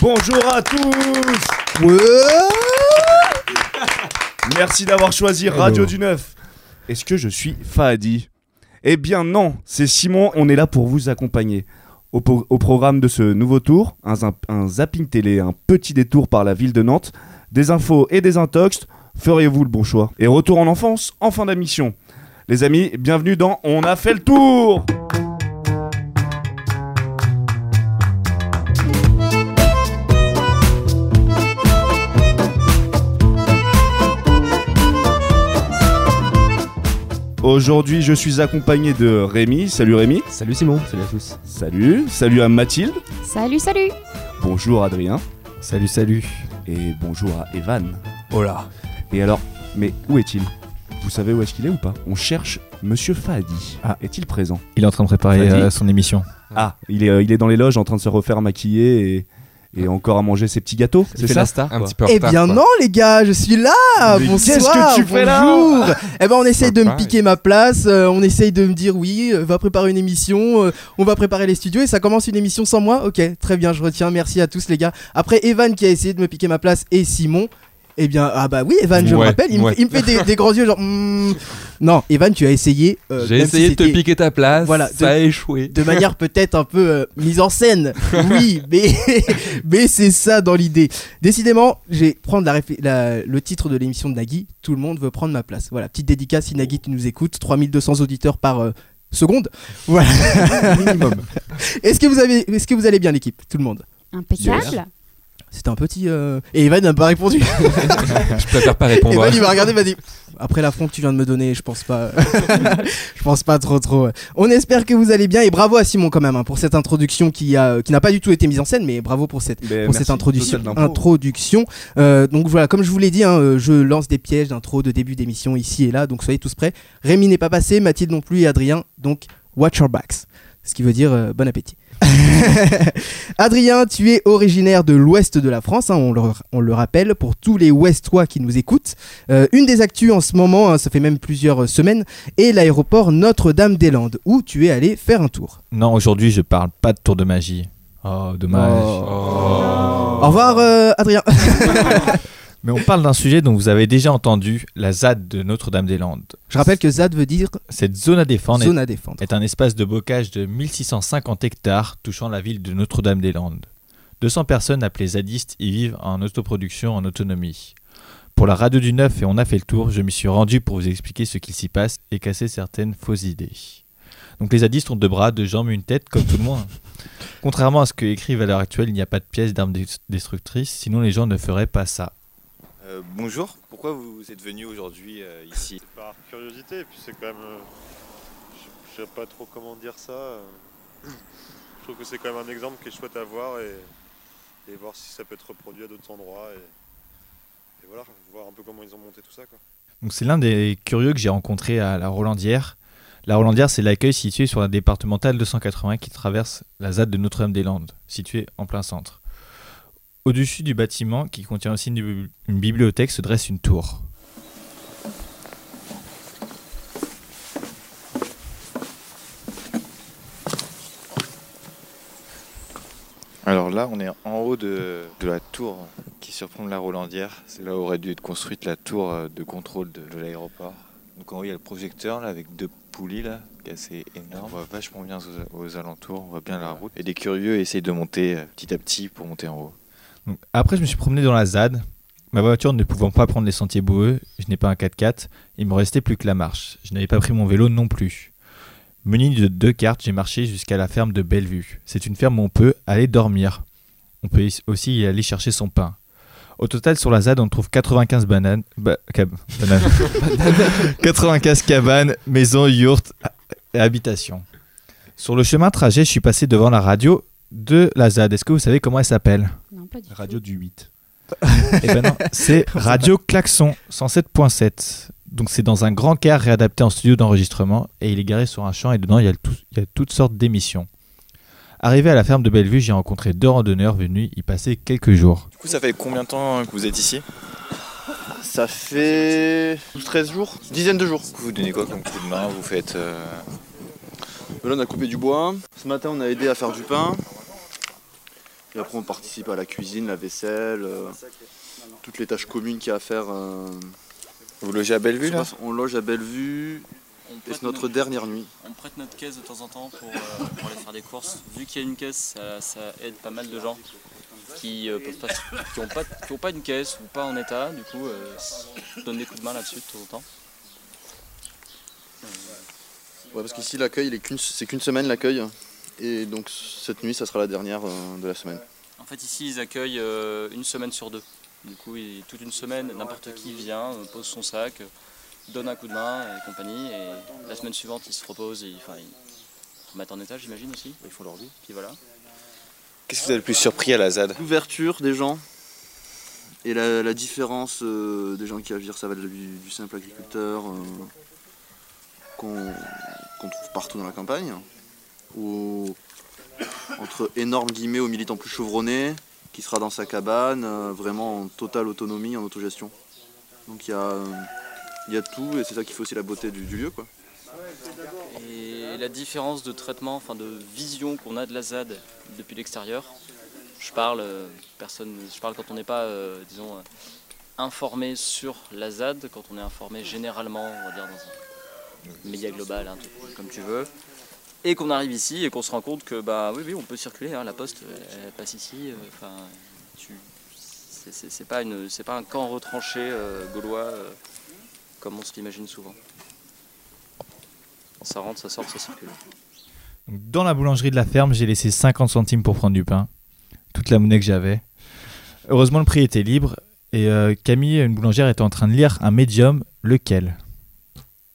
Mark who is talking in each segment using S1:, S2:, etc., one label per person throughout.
S1: Bonjour à tous Merci d'avoir choisi Radio
S2: Hello.
S1: du Neuf. Est-ce que je suis Fahadi Eh bien non, c'est Simon, on est là pour vous accompagner. Au, po- au programme de ce nouveau tour, un, zap- un zapping télé, un petit détour par la ville de Nantes, des infos et des intox, feriez-vous le bon choix Et retour en enfance, en fin d'émission. Les amis, bienvenue dans On a fait le tour Aujourd'hui, je suis accompagné de Rémi. Salut Rémi.
S2: Salut Simon, salut à tous.
S1: Salut. Salut à Mathilde.
S3: Salut, salut
S1: Bonjour Adrien.
S2: Salut, salut.
S1: Et bonjour à Evan.
S2: Oh là.
S1: Et alors, mais où est-il Vous savez où est-ce qu'il est ou pas On cherche Monsieur Fahadi.
S4: Ah.
S1: Est-il présent
S4: Il est en train de préparer
S1: Fadi.
S4: euh, son émission.
S1: Ah, il est, euh, il est dans les loges en train de se refaire maquiller et, et encore à manger ses petits gâteaux. C'est ça
S2: star
S5: un petit peu en
S6: Eh
S5: retard,
S6: bien
S5: quoi.
S6: non les gars, je suis là.
S1: Mais
S6: Ah, Bonsoir.
S1: qu'est-ce que tu fais là
S6: bonjour. Eh ben on essaye de
S5: Ah,
S6: me piquer ma place. euh, on essaye de me dire oui, euh, va préparer une émission. euh, on va préparer les studios et ça commence une émission sans moi. Ok, très bien, je retiens. Merci à tous les gars. Après Evan qui a essayé de me piquer ma place et Simon. Eh bien ah bah oui Evan, je me
S5: Ouais,
S6: rappelle. Il, me-
S5: ouais.
S6: il me fait des, des grands yeux genre. hmm. Non Evan, tu as essayé. euh,
S5: J'ai
S6: même
S5: essayé
S6: si
S5: de te
S6: c'était
S5: piquer ta place,
S6: Voilà,
S5: ça
S6: de-
S5: a échoué.
S6: de manière peut-être un peu euh, mise en scène. Oui, mais, mais c'est ça dans l'idée. Décidément, j'ai prendre la réfé- la- le titre de l'émission de Nagui, tout le monde veut prendre ma place. Voilà, petite dédicace si Nagui tu nous écoutes, 3200 auditeurs par euh, seconde. Voilà. Est-ce que vous avez est-ce que vous allez bien l'équipe, tout le monde
S3: Impeccable
S6: C'était un petit euh, et Evan n'a pas répondu.
S5: Je préfère pas répondre.
S2: Eh ben,
S6: Evan ben, il m'a regardé, il m'a dit après l'affront que tu viens de me donner, je pense pas. je pense pas trop trop. On espère que vous allez bien et bravo à Simon quand même hein, pour cette introduction qui a qui n'a pas du tout été mise en scène mais bravo pour cette
S1: Mais
S6: pour
S1: Euh, merci,
S6: cette introduction.
S1: total d'impro.
S6: introduction. Euh, donc voilà, comme je vous l'ai dit, hein, euh, je lance des pièges d'intro de début d'émission ici et là, donc soyez tous prêts. Rémi n'est pas passé, Mathilde non plus et Adrien, donc watch your backs. Ce qui veut dire euh, bon appétit. Adrien, tu es originaire de l'ouest de la France, hein, on, le, on le rappelle, pour tous les ouestois qui nous écoutent. Euh, une des actus en ce moment, hein, ça fait même plusieurs euh, semaines, est l'aéroport Notre-Dame-des-Landes, où tu es allé faire un tour.
S4: Non, aujourd'hui, je parle pas de tour de magie. Oh, dommage.
S6: Au revoir euh, Adrien.
S4: Mais on parle d'un sujet dont vous avez déjà entendu, la ZAD de Notre-Dame-des-Landes.
S6: je rappelle que ZAD veut dire
S4: Cette zone à défendre est-
S6: zone à défendre.
S4: est un espace de bocage de 1650 hectares touchant la ville de Notre-Dame-des-Landes. 200 personnes appelées zadistes y vivent en autoproduction en autonomie. Pour la radio du 9 et on a fait le tour, je m'y suis rendu pour vous expliquer ce qu'il s'y passe et casser certaines fausses idées. Donc les zadistes ont deux bras, deux jambes, une tête comme tout le monde. Contrairement à ce que écrivent à l'heure actuelle, il n'y a pas de pièces d'armes dest- destructrices, sinon les gens ne feraient pas ça.
S7: Euh, bonjour, pourquoi vous êtes venu aujourd'hui euh, ici
S8: C'est par curiosité, et puis c'est quand même. euh, je- je sais pas trop comment dire ça. euh. Je trouve que c'est quand même un exemple qui est chouette à voir et, et voir si ça peut être reproduit à d'autres endroits. Et, et voilà, voir un peu comment ils ont monté tout ça. Quoi.
S4: Donc c'est l'un des curieux que j'ai rencontré à la Rolandière. La Rolandière, c'est l'accueil situé sur la départementale 280 qui traverse la ZAD de Notre-Dame-des-Landes, située en plein centre. Au-dessus du bâtiment, qui contient aussi une, bibli- une bibliothèque, se dresse une tour.
S7: Alors là, on est en haut de, de la tour qui surplombe la Rolandière. C'est là où aurait dû être construite la tour euh, de contrôle de, de l'aéroport. Donc en haut, il y a le projecteur là, avec deux poulies là, qui est assez énorme. On voit vachement bien aux, aux alentours, on voit bien la route. Et des curieux essayent de monter euh, petit à petit pour monter en haut.
S4: Donc, après, je me suis promené dans la ZAD. Ma voiture ne pouvant pas prendre les sentiers boueux, je n'ai pas un 4x4, il me restait plus que la marche. Je n'avais pas pris mon vélo non plus. Muni de deux cartes, j'ai marché jusqu'à la ferme de Bellevue. C'est une ferme où on peut aller dormir. On peut y- aussi y aller chercher son pain. Au total, sur la ZAD, on trouve 95 bananes. ba- cab- bananes. 95 cabanes, maisons, yurts et habitations. Sur le chemin trajet, je suis passé devant la radio de la ZAD. Est-ce que vous savez comment elle s'appelle
S3: Non, pas du tout.
S1: Radio du 8.
S4: eh ben non, c'est Radio Klaxon 107.7. Donc c'est dans un grand car réadapté en studio d'enregistrement et il est garé sur un champ et dedans il y a, le tout- il y a toutes sortes d'émissions. Arrivé à la ferme de Bellevue, j'ai rencontré deux randonneurs venus y passer quelques jours.
S7: Du coup, ça fait combien de temps que vous êtes ici
S9: Ça fait 13 jours, dizaine de jours.
S7: Vous donnez quoi comme coup de main Vous faites. euh,
S9: Là, on a coupé du bois. Ce matin, on a aidé à faire du pain. Et après, on participe à la cuisine, la vaisselle, euh, toutes les tâches communes qu'il y a à faire. euh,
S7: Vous logez à Bellevue là
S9: on loge à
S10: On
S9: Bellevue et
S10: prête,
S9: c'est notre
S10: nos-
S9: dernière nuit.
S10: on prête notre caisse de temps en temps pour, euh, pour aller faire des courses. Vu qu'il y a une caisse, ça, ça aide pas mal de gens qui n'ont pas, qui ont pas, qui ont pas une caisse ou pas en état. Du coup, euh, s- on donne des coups de main là-dessus de temps en temps.
S9: Ouais, parce qu'ici, l'accueil, il est qu'une- c'est qu'une semaine l'accueil. Et donc, cette nuit, ça sera la dernière euh, de la semaine.
S10: En fait, ici, ils accueillent euh, une semaine sur deux. Du coup, ils- toute une semaine, n'importe qui vient, euh, pose son sac, euh, donne un coup de main et compagnie. Et la semaine suivante, ils se reposent et enfin, ils remettent en état, j'imagine aussi. Ils font leur vie. Puis voilà.
S7: Qu'est-ce que vous avez le plus surpris à la ZAD
S9: L'ouverture des gens et la, la différence euh, des gens qui agirent, ça va du, du simple agriculteur euh, qu'on qu'on trouve partout dans la campagne, au- entre énormes guillemets aux militants plus chevronnés, qui sera dans sa cabane, euh, vraiment en totale autonomie, en autogestion. Donc il y a, euh, il y a tout et c'est ça qui fait aussi la beauté du, du lieu. Quoi.
S10: Et la différence de traitement, enfin de vision qu'on a de la ZAD depuis l'extérieur, je parle, euh, personne, je parle quand on n'est pas, euh, disons, euh, informé sur la ZAD, quand on est informé généralement, on va dire, dans un média global, un truc comme tu veux, et qu'on arrive ici et qu'on se rend compte que, bah oui, oui, on peut circuler, hein, la poste, elle, elle passe ici, euh, enfin, tu- c'est- c'est c'est pas, une- c'est pas un camp retranché euh, gaulois euh, comme on se l'imagine souvent. Ça rentre, ça sort, ça circule.
S4: Donc, dans la boulangerie de la ferme, j'ai laissé 50 centimes pour prendre du pain, toute la monnaie que j'avais. Heureusement, le prix était libre et euh, Camille, une boulangère, était en train de lire un médium, lequel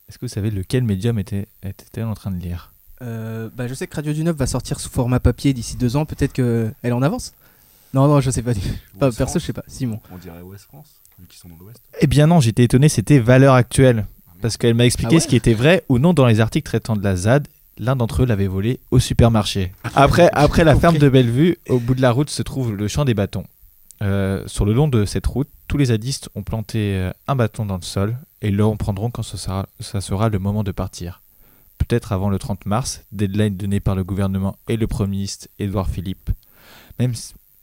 S4: Est-ce que vous savez lequel médium était- était-elle en train de lire
S6: Euh, bah, je sais que Radio du 9 va sortir sous format papier d'ici deux ans. Peut-être que elle en avance. Non, non, je sais pas. du- pas
S1: Ouest
S6: perso,
S1: France.
S6: je sais pas. Simon.
S1: On dirait Ouest France, vu qu'ils sont dans l'Ouest.
S4: Eh bien non, j'étais étonné, c'était valeur actuelle. Parce qu'elle m'a expliqué
S6: Ah ouais
S4: ce qui était vrai ou non dans les articles traitant de la ZAD. L'un d'entre eux l'avait volé au supermarché. Après, après la ferme de Bellevue, au bout de la route se trouve le champ des bâtons. Euh, sur le long de cette route, tous les zadistes ont planté euh, un bâton dans le sol et le reprendront quand ce sera, ça sera le moment de partir. Peut-être avant le 30 mars, deadline donnée par le gouvernement et le Premier ministre Édouard Philippe. Même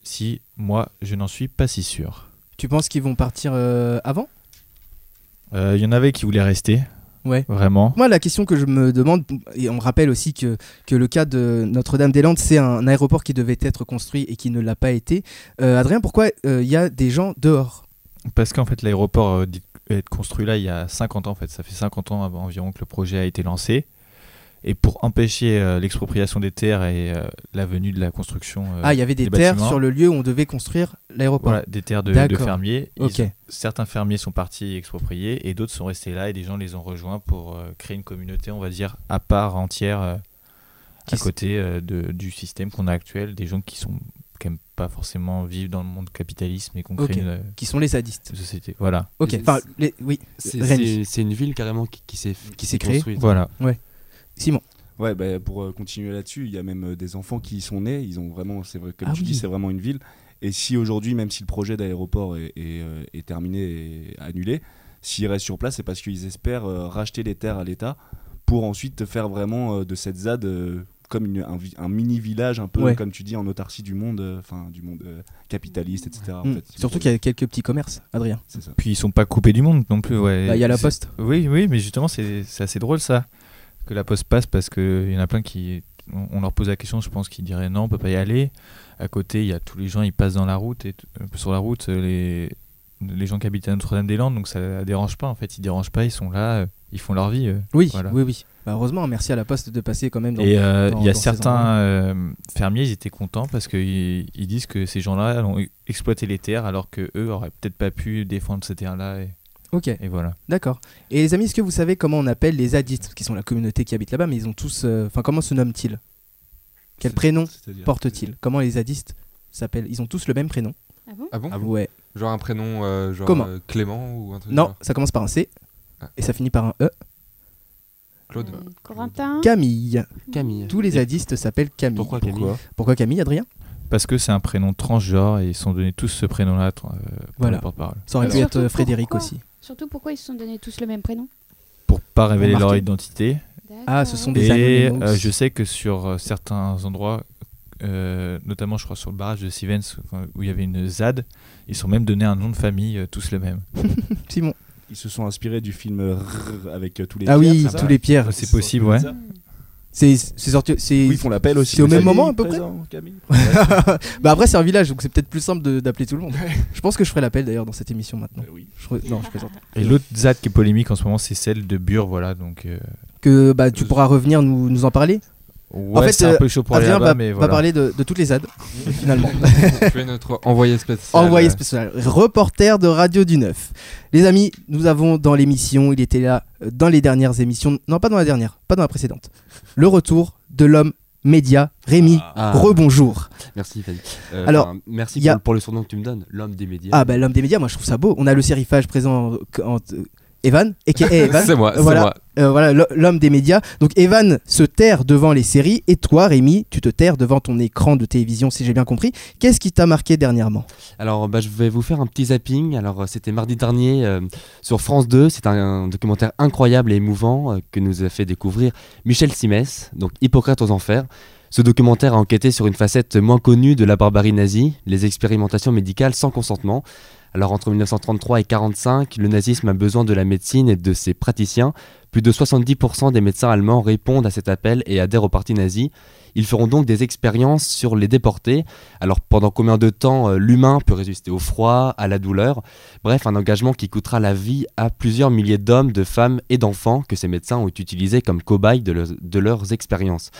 S4: si, moi, je n'en suis pas si sûr.
S6: Tu penses qu'ils vont partir euh, avant
S4: Euh, Il y en avait qui voulaient rester.
S6: Ouais.
S4: Vraiment.
S6: Moi, la question que je me demande, et on me rappelle aussi que, que le cas de Notre-Dame-des-Landes, c'est un aéroport qui devait être construit et qui ne l'a pas été. Euh, Adrien, pourquoi euh, il y a des gens dehors
S4: Parce qu'en fait, l'aéroport euh, dit- est construit là il y a 50 ans. En fait. Ça fait 50 ans av- environ que le projet a été lancé. Et pour empêcher euh, l'expropriation des terres et euh, la venue de la construction euh,
S6: Ah, il y avait des,
S4: des
S6: terres
S4: bâtiments.
S6: sur le lieu où on devait construire l'aéroport.
S4: voilà, des terres de, de
S6: D'accord.
S4: fermiers, ils
S6: Ok.
S4: ont- certains fermiers sont partis expropriés et d'autres sont restés là et des gens les ont rejoints pour euh, créer une communauté, on va dire, à part entière euh,
S6: Qui
S4: à
S6: s-
S4: côté euh, de- du système qu'on a actuel, des gens qui sont quand même pas forcément vivent dans le monde capitalisme et qu'on
S6: Ok.
S4: crée une, euh,
S6: Qui sont les sadistes.
S4: une société. Voilà.
S6: Ok.
S2: Et-
S6: Enfin, les- oui.
S2: C'est-
S6: Rennes.
S2: C'est c'est une ville carrément qui, qui s'est qui
S6: s'est
S2: s'est
S6: créée.
S2: construite.
S4: Voilà.
S6: Simon.
S1: Ouais, bah, pour euh, continuer là-dessus, il y a même euh, des enfants qui y sont nés. Ils ont vraiment, c'est vrai, comme
S6: Ah
S1: tu
S6: oui.
S1: dis, c'est vraiment une ville. Et si aujourd'hui, même si le projet d'aéroport est, est, euh, est terminé et annulé, s'ils restent sur place, c'est parce qu'ils espèrent euh, racheter les terres à l'État pour ensuite faire vraiment euh, de cette ZAD euh, comme une- un, vi- un mini village, un peu
S6: Ouais.
S1: comme tu dis, en autarcie du monde, euh, enfin du monde euh, capitaliste, etc. Ah, en
S6: Mm.
S1: fait.
S6: Surtout qu'il y a quelques petits commerces, Adrien.
S1: C'est ça.
S4: Puis ils sont pas coupés du monde non plus. Ouais.
S6: Bah, Il y a la
S4: C'est-
S6: poste.
S4: Oui, oui, mais justement, c'est c'est assez drôle ça. Que la poste passe parce qu'il y en a plein qui. On on leur pose la question, je pense qu'ils diraient non, on peut pas y aller. À côté, il y a tous les gens, ils passent dans la route, et, t- euh, sur la route, euh, les, les gens qui habitent à Notre-Dame-des-Landes, donc ça dérange pas en fait, ils dérangent pas, ils sont là, euh, ils font leur vie. euh.
S6: Oui,
S4: Voilà.
S6: oui, oui. Bah, heureusement, merci à la poste de passer quand même. Dans...
S4: Et euh,
S6: dans-
S4: il y a
S6: dans ces
S4: certains
S6: endroits.
S4: euh, fermiers, ils étaient contents parce qu'ils ils disent que ces gens-là ont eu- exploité les terres alors que eux auraient peut-être pas pu défendre ces terres-là, et,
S6: Ok.
S4: et voilà.
S6: D'accord. Et les amis, est-ce que vous savez comment on appelle les zadistes, qui sont la communauté qui habite là-bas, mais ils ont tous. euh, Enfin, comment se nomment-ils Quel
S1: C'est-
S6: prénom
S1: c'est-à-dire-
S6: portent-ils Comment les zadistes s'appellent Ils ont tous le même prénom.
S3: Ah bon
S5: Ah bon
S6: ouais.
S5: Genre un prénom euh, genre
S6: Comment
S5: euh, Clément ou un truc
S6: Non,
S5: genre
S6: ça commence par un C
S5: Ah.
S6: et ça finit par un E.
S5: Claude
S3: Euh, Corentin.
S6: Camille.
S2: Euh, Camille.
S6: Tous les zadistes s'appellent Camille.
S2: Pourquoi Camille
S6: Pourquoi Camille, Adrien
S4: Parce que c'est un prénom transgenre et ils se sont donnés tous ce prénom-là euh, pour
S6: Voilà.
S4: les porte-parole.
S6: Ça aurait pu
S3: Alors-
S6: être euh, Frédéric
S3: Pourquoi
S6: aussi.
S3: Surtout pourquoi ils se sont donnés tous le même prénom
S4: Pour pas révéler
S6: Remarquez.
S4: leur identité.
S6: Ah, ce sont des
S4: Et
S6: anonymous.
S4: euh, je sais que sur euh, certains endroits, euh, notamment je crois sur le barrage de Sivens enfin, où il y avait une ZAD. Ils se sont même donné un nom de famille, euh, tous le même.
S6: Simon.
S1: Ils se sont inspirés du film euh, Rrrr avec euh, tous les
S6: Ah
S1: pierres,
S6: oui,
S1: c'est
S6: tous
S1: ça
S6: les pierres.
S4: Enfin, C'est possible, ouais.
S6: C'est c'est sorti. C'est
S1: Oui, ils font l'appel aussi.
S6: c'est au
S1: mais
S6: même
S1: ça dit,
S6: moment, à peu près
S1: présent, Camille.
S6: bah après c'est un village donc c'est peut-être plus simple de- d'appeler tout le monde. Je pense que je ferai l'appel d'ailleurs dans cette émission maintenant.
S1: Euh, oui.
S6: Je re- Non, je plaisante.
S4: Et l'autre ZAD qui est polémique en ce moment, c'est celle de Bure, voilà. Donc, euh,
S6: Que bah tu pourras revenir nous, nous en parler.
S4: ouais,
S6: fait,
S4: c'est
S6: euh,
S4: un peu chaud pour aller
S6: Adrien
S4: là-bas,
S6: va,
S4: mais
S6: va
S4: voilà.
S6: parler de, de toutes les ZAD finalement.
S5: Tu es notre envoyé spécial.
S6: Envoyé spécial, reporter de Radio du Neuf. Les amis, nous avons dans l'émission, il était là euh, dans les dernières émissions, non pas dans la dernière, pas dans la précédente, le retour de l'homme média Rémi.
S2: Ah,
S6: Rebonjour.
S2: Merci, Fadi. Euh,
S6: Alors,
S2: enfin, merci
S6: il y a-
S2: pour, pour le surnom que tu me donnes, l'homme des médias.
S6: Ah bah l'homme des médias, moi je trouve ça beau. On a le sérifage présent en, en- Evan, et qui est Evan.
S5: C'est moi, c'est
S6: eh ben, Voilà.
S5: moi.
S6: Euh, voilà, l'ho- l'homme des médias. Donc Evan se terre devant les séries et toi Rémi, tu te terres devant ton écran de télévision si j'ai bien compris. Qu'est-ce qui t'a marqué dernièrement
S2: Alors, bah, je vais vous faire un petit zapping. Alors, euh, c'était mardi dernier euh, sur France 2. C'est un, un documentaire incroyable et émouvant euh, que nous a fait découvrir Michel Simès, donc Hippocrate aux Enfers. Ce documentaire a enquêté sur une facette moins connue de la barbarie nazie, les expérimentations médicales sans consentement. Alors, entre 1933 et 1945, le nazisme a besoin de la médecine et de ses praticiens. Plus de 70% des médecins allemands répondent à cet appel et adhèrent au parti nazi. Ils feront donc des expériences sur les déportés alors pendant combien de temps euh, l'humain peut résister au froid, à la douleur Bref, un engagement qui coûtera la vie à plusieurs milliers d'hommes, de femmes et d'enfants que ces médecins ont utilisés comme cobayes de, leurs- de leurs expériences.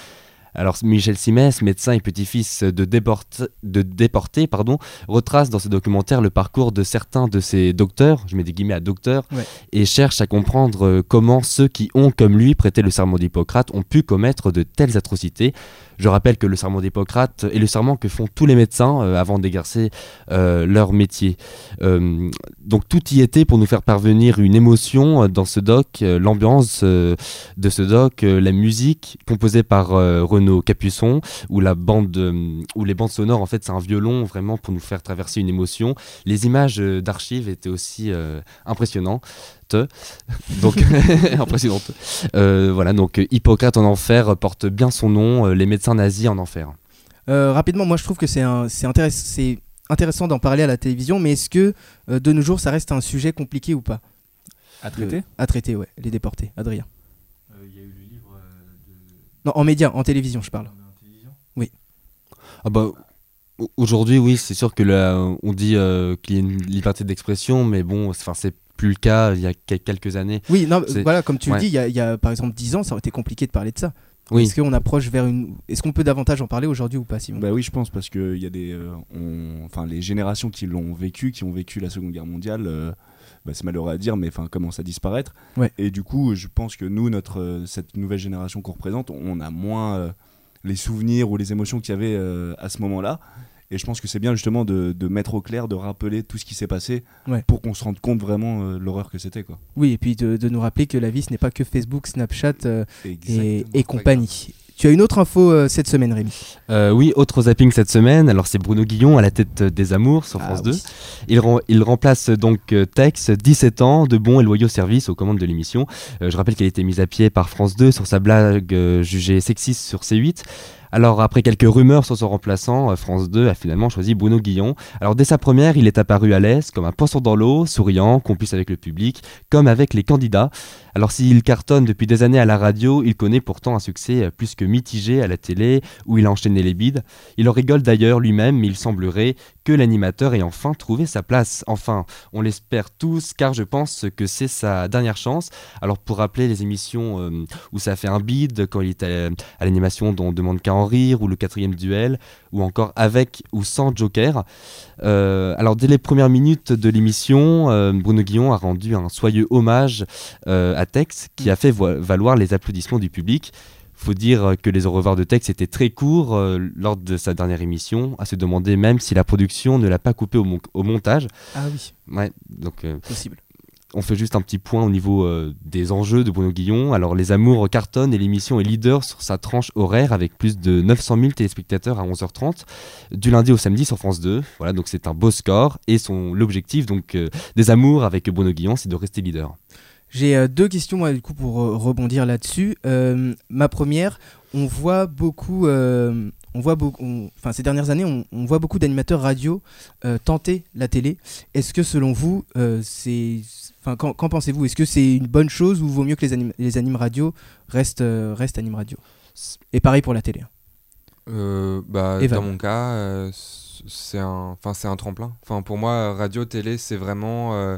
S2: Alors Michel Simès, médecin et petit-fils de, déporte- de déportés, pardon, retrace dans ce documentaire le parcours de certains de ces docteurs, je mets des guillemets à docteurs,
S6: Ouais.
S2: et cherche à comprendre euh, comment ceux qui ont, comme lui, prêté le serment d'Hippocrate ont pu commettre de telles atrocités. Je rappelle que le serment d'Hippocrate est le serment que font tous les médecins euh, avant d'exercer euh, leur métier. Euh, donc tout y était pour nous faire parvenir une émotion euh, dans ce doc, euh, l'ambiance euh, de ce doc, euh, la musique composée par euh, Renaud Capuçon, où la bande, euh, où les bandes sonores en fait c'est un violon vraiment pour nous faire traverser une émotion. Les images euh, d'archives étaient aussi euh, impressionnantes. Donc impressionnantes. Euh, voilà donc euh, Hippocrate en enfer porte bien son nom, euh, les médecins nazis en enfer.
S6: Euh, Rapidement, moi je trouve que c'est un- c'est intéress- c'est intéressant d'en parler à la télévision, mais est-ce que euh, de nos jours ça reste un sujet compliqué ou pas
S1: À traiter
S6: À traiter, ouais, les déportés. Adrien.
S2: Euh,
S6: Non, en média, en télévision je parle.
S2: Ah bah, au- aujourd'hui, oui, c'est sûr que là, on dit euh, qu'il y a une liberté d'expression, mais bon, c'est- enfin, c'est plus le cas il y a quel- quelques années.
S6: Oui, non,
S2: C'est-
S6: voilà, comme tu le
S2: ouais.
S6: dis, il y, a- il y a par exemple 10 ans, ça aurait été compliqué de parler de ça.
S2: Oui,
S6: Est-ce qu'on approche vers une. Est-ce qu'on peut davantage en parler aujourd'hui ou pas, Simon
S1: Bah oui, je pense parce que il y a des, euh, on- enfin les générations qui l'ont vécu, qui ont vécu la Seconde Guerre mondiale, euh, bah, c'est malheureux à dire, mais enfin commence à disparaître.
S6: Ouais.
S1: Et du coup, je pense que nous, notre euh, cette nouvelle génération qu'on représente, on a moins euh, les souvenirs ou les émotions qu'il y avait euh, à ce moment-là. Et je pense que c'est bien justement de, de mettre au clair, de rappeler tout ce qui s'est passé
S6: Ouais.
S1: pour qu'on se rende compte vraiment euh, de l'horreur que c'était quoi.
S6: Oui, et puis de, de nous rappeler que la vie, ce n'est pas que Facebook, Snapchat euh, et,
S5: Exactement.
S6: et compagnie. Tu as une autre info euh, cette semaine, Rémi
S2: Euh, oui, autre zapping cette semaine. Alors, c'est Bruno Guillon à la tête euh, des Amours sur France
S6: Ah,
S2: 2.
S6: oui.
S2: Il, ren- il remplace donc euh, Tex, 17 ans, de bons et loyaux services aux commandes de l'émission. Euh, je rappelle qu'elle a été mise à pied par France 2 sur sa blague euh, jugée sexiste sur C8. Alors, après quelques rumeurs sur son remplaçant, euh, France 2 a finalement choisi Bruno Guillon. Alors, dès sa première, il est apparu à l'aise, comme un poisson dans l'eau, souriant, complice avec le public, comme avec les candidats. Alors, s'il cartonne depuis des années à la radio, il connaît pourtant un succès euh, plus que mitigé à la télé, où il a enchaîné les bides. Il en rigole d'ailleurs lui-même, mais il semblerait que l'animateur ait enfin trouvé sa place. Enfin, on l'espère tous, car je pense que c'est sa dernière chance. Alors pour rappeler les émissions euh, où ça a fait un bide, quand il était à, à l'animation dont on demande qu'à en rire, ou le quatrième duel, ou encore avec ou sans Joker. Euh, alors dès les premières minutes de l'émission, euh, Bruno Guillon a rendu un soyeux hommage euh, à Tex, qui a fait vo- valoir les applaudissements du public. Faut dire euh, que les au revoir de Tex étaient très courts euh, lors de sa dernière émission, à se demander même si la production ne l'a pas coupé au, mon- au montage.
S6: Ah oui,
S2: Ouais, donc euh,
S6: possible.
S2: on fait juste un petit point au niveau euh, des enjeux de Bruno Guillon. Alors, Les Amours cartonne et l'émission est leader sur sa tranche horaire avec plus de 900 000 téléspectateurs à 11h30 du lundi au samedi sur France 2. Voilà, donc c'est un beau score et son l'objectif donc euh, des Amours avec Bruno Guillon, c'est de rester leader.
S6: J'ai euh, deux questions moi, du coup pour euh, rebondir là-dessus. Euh, ma première, on voit beaucoup, euh, on voit beaucoup, on- enfin ces dernières années, on, on voit beaucoup d'animateurs radio euh, tenter la télé. Est-ce que selon vous, euh, c'est, enfin qu'en qu'en pensez-vous Est-ce que c'est une bonne chose ou vaut mieux que les animes, les animes radio restent, euh, restent animes radio Et pareil pour la télé.
S5: Euh, bah,
S6: Evan.
S5: dans mon cas, euh, c- c'est un, enfin, c'est un tremplin. Enfin, pour moi, radio, télé, c'est vraiment euh,